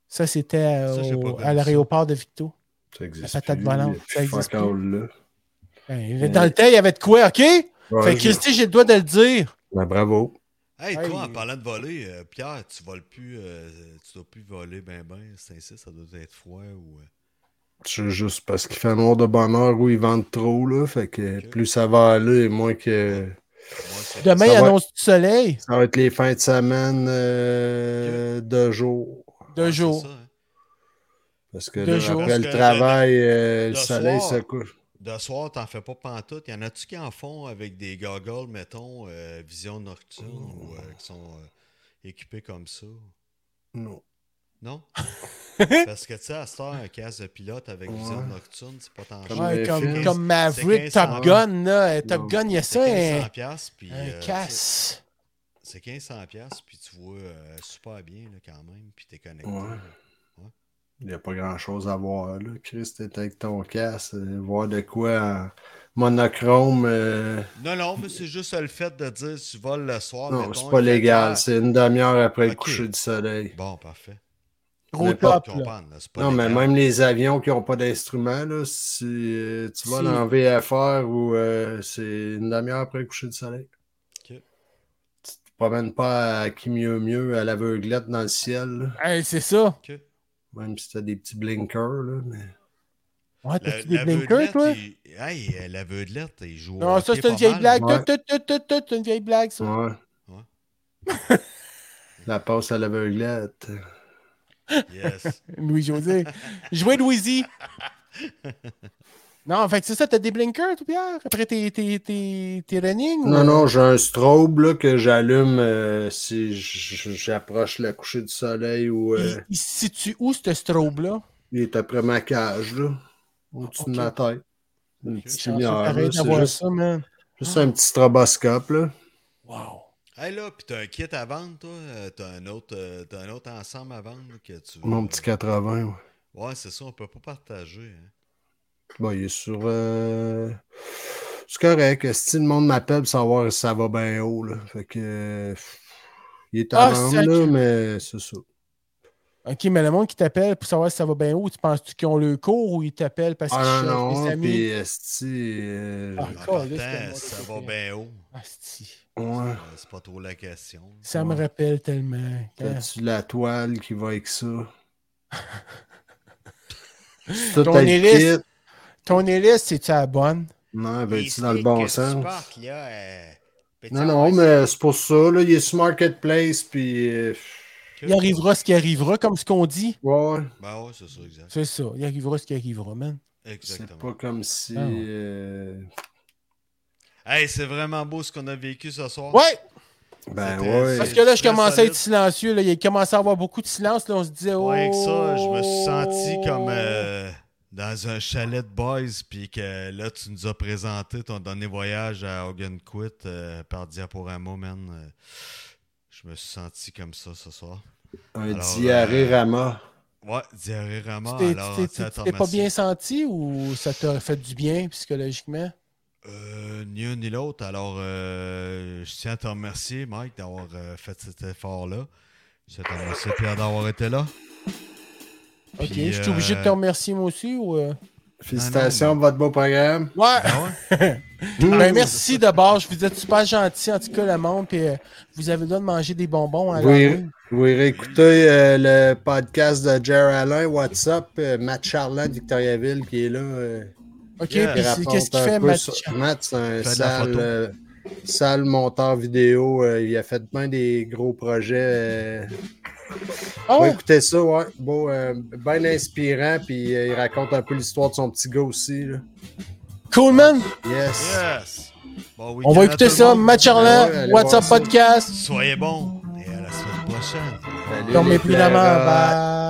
S2: Ça, c'était euh,
S4: Ça, j'ai pas
S2: au-
S4: connu
S2: à
S4: ça.
S2: l'aéroport de Victo.
S3: Ça existe.
S2: La patate
S3: plus,
S2: volante,
S3: il y a plus
S2: ça existe
S3: fuck all, là.
S2: Ben,
S3: Ouais.
S2: Dans le temps, il y avait de quoi, OK?
S3: Ouais,
S2: fait que
S3: je-
S2: Christy, j'ai le droit de le dire.
S3: Ben, bravo.
S4: Hey,
S2: Hey.
S4: toi, en parlant de voler, euh, Pierre, tu voles plus, euh, tu dois plus voler ben ben, c'est ainsi, ça doit être froid ou... euh,
S3: C'est juste parce qu'il fait noir de bonheur où ils vendent trop, là. Fait que plus ça va aller, moins que.
S2: Demain,
S3: Ça
S2: il
S3: va-
S2: annonce du soleil.
S3: Ça va être les fins de semaine euh, de jour.
S2: Deux jours.
S4: hein.
S3: Parce que
S2: Deux
S3: là,
S2: jours.
S3: après
S4: Parce
S3: le
S4: que
S3: travail, euh, le
S4: le
S3: soleil
S4: soir-
S3: se couche.
S4: De soir, t'en fais pas pantoute. Y en a-tu qui en font avec des goggles, mettons, euh, vision nocturne, ou
S2: Oh.
S4: euh, qui sont euh, équipés comme ça?
S3: Non.
S4: Non? Parce que, tu sais, à cette heure, un casque de pilote avec
S3: Ouais.
S4: vision nocturne, c'est pas tant
S3: Comme
S4: cher.
S3: un-
S2: Ouais,
S3: les
S2: comme,
S3: films.
S2: comme Maverick,
S4: C'est
S2: Top
S4: 1500.
S2: Gun, là. Eh,
S3: Non.
S2: Top Gun, il y a ça,
S4: C'est
S2: un,
S4: 1500$, piastres, puis...
S2: un
S4: euh,
S2: casse.
S4: tu sais, C'est 1500$, piastres, puis tu vois euh, super bien, là, quand même, puis t'es connecté.
S3: Ouais. Il n'y a pas grand-chose à voir. Là. Chris, t'es avec ton casque, euh, voir de quoi en monochrome. euh,
S4: Non, non, mais c'est juste le fait de dire tu voles le soir.
S3: Non,
S4: Oh, mettons,
S3: c'est pas
S4: il fait
S3: légal.
S4: clair.
S3: C'est une demi-heure après le
S4: Ok.
S3: coucher du soleil.
S4: Bon, parfait.
S2: Gros
S3: mais
S2: top,
S4: Je
S2: là.
S4: comprends, là, c'est pas
S3: Non, mais
S4: légal.
S3: même les avions qui n'ont pas d'instrument, là, si euh, tu vas
S2: Si.
S3: en VFR ou euh, c'est une demi-heure après le coucher du soleil.
S4: Ok.
S3: Tu te promènes pas à qui mieux mieux à l'aveuglette dans le ciel, là.
S2: Hey, c'est ça.
S4: Ok.
S3: même si t'as des petits blinkers, là, mais
S2: Ouais,
S4: La-
S2: t'as-tu des
S4: l'aveuglette,
S2: blinkers, toi?
S4: il- Hey, euh, l'aveuglette, il joue. au
S2: Non, ça,
S4: hockey
S2: c'est une
S4: pas
S2: vieille
S4: mal.
S2: blague.
S3: Ouais.
S2: Tout, tout, tout, tout, tout, une vieille blague, ça.
S3: ouais.
S4: Ouais.
S3: La passe à l'aveuglette.
S4: Yes.
S2: Louis-José. Jouer Louisie. Non, fait que c'est ça, t'as des blinkers, toi, Pierre? Après tes, tes, tes, tes running? ou-
S3: Non, non, j'ai un strobe là, que j'allume euh, si j- j- j'approche le coucher du soleil ou euh,
S2: Il, il se situe où, ce strobe-là?
S3: il est après ma cage, là, au-dessus
S2: Ok.
S3: de ma tête. Une
S4: Je
S3: petite
S2: Ah,
S3: lumière,
S2: c'est
S3: là,
S2: pareil
S3: c'est
S2: d'avoir
S3: juste,
S2: ça, man.
S3: juste un petit stroboscope, là.
S2: Wow.
S4: hey, là, puis t'as un kit à vendre, toi. euh, T'as un, autre, euh, t'as un autre ensemble à vendre que tu veux. euh.
S3: Mon petit 80, ouais.
S4: Ouais, c'est ça, on peut pas partager. hein.
S3: Bon, il est sur... euh, C'est correct, si le monde m'appelle pour savoir si ça va bien haut, là. Fait que... euh, Il est à
S2: Ah,
S3: vendre,
S2: sac.
S3: là, mais c'est ça.
S2: OK, mais le monde qui t'appelle pour savoir si ça va bien où, tu penses-tu qu'ils ont le cours ou ils t'appellent parce qu'ils
S3: Ah
S2: cherchent
S3: non,
S2: des
S3: non,
S2: amis?
S3: puis esti, euh,
S2: Ah,
S4: En
S2: Encore, là, c'est
S4: partant,
S2: moi
S4: ça
S2: qui
S4: va
S2: fais.
S4: bien haut.
S2: Asti,
S3: ouais,
S4: Euh, C'est pas trop la question.
S2: ça me
S3: Ouais.
S2: rappelle tellement. quand-
S3: t'as-tu la toile qui va avec ça? C'est Tout
S2: Ton
S3: à
S2: hélice.
S3: kit.
S2: Ton hélice, c'est-tu la bonne? Ah,
S3: Non,
S2: ben,
S4: Il
S3: vas-tu dans le bon sens?
S4: là, euh, peux-tu
S3: Non,
S4: avoir
S3: non,
S4: ça?
S3: mais c'est pour ça, là, il est sur Marketplace, puis... euh,
S2: Il arrivera ce qui arrivera, comme ce qu'on dit.
S3: ouais,
S4: Ben ouais, c'est ça, exact.
S2: C'est ça, il arrivera ce qui arrivera, man.
S3: c'est pas
S4: Exactement.
S3: comme si...
S2: Ah, ouais.
S3: euh,
S4: Hey, c'est vraiment beau ce qu'on a vécu ce soir.
S2: Ouais!
S3: Ben
S4: C'était-
S3: ouais.
S2: Parce que là, je
S4: Très
S2: commençais à
S4: solide.
S2: être silencieux. Là. Il commençait à avoir beaucoup de silence. Là, on se disait, oh.
S4: Ouais, que ça, je me suis senti comme euh, dans un chalet de boys, puis que là, tu nous as présenté ton dernier voyage à Hogan Quit par Diaporama, man. Euh, je me suis senti comme ça ce soir.
S3: Un
S4: Alors,
S3: diarrhée
S4: euh,
S3: rama.
S4: Ouais, diarrhérama,
S2: Tu t'es-
S4: alors,
S2: tu
S4: tu sais,
S2: t'es- tu
S4: à te
S2: t'es pas
S4: remercier.
S2: bien senti ou ça t'a fait du bien psychologiquement?
S4: Euh, ni un ni l'autre. Alors, euh, je tiens à te remercier, Mike, d'avoir euh, fait cet effort-là. Je tiens à te remercier, Pierre, d'avoir été là.
S2: Ok,
S4: Puis,
S2: je suis obligé de te
S4: euh,
S2: remercier moi aussi ou. euh? Ah
S3: Félicitations pour votre beau programme.
S2: Ouais!
S4: Ben ouais.
S2: Ben, merci d'abord, je vous êtes super gentil en tout cas le monde, puis euh, vous avez le droit de manger des bonbons à
S3: Vous irez,
S2: l'Halloween.
S3: vous irez écouter euh, le podcast de Jerry Alain, WhatsApp, Matt Charland de Victoriaville qui est là. euh,
S2: Ok,
S4: Yeah.
S2: puis
S3: qui
S2: c'est-
S3: raconte
S2: qu'est-ce qu'il
S3: un
S2: fait,
S3: peu
S2: Matt?
S3: sur- Matt, c'est un
S4: Fait de la
S3: sale,
S4: photo.
S3: euh, sale monteur vidéo. euh, il a fait plein des gros projets. euh.
S2: Oh,
S3: Ouais, écoutez ça, ouais. Beau, euh, bien inspirant. Puis euh, il raconte un peu l'histoire de son petit gars aussi. là.
S2: cool man!
S3: Yes.
S4: Yes! Bon
S2: On
S4: week-end
S2: va
S4: à
S2: écouter
S4: tout le
S2: ça,
S4: monde.
S2: Matt Charland,
S3: Ben Ouais, allez
S2: WhatsApp
S3: voir ça.
S2: Podcast,
S4: Soyez bons et à la semaine prochaine.
S3: Salut.
S2: dormez plus la main,
S3: Bye.
S2: bye!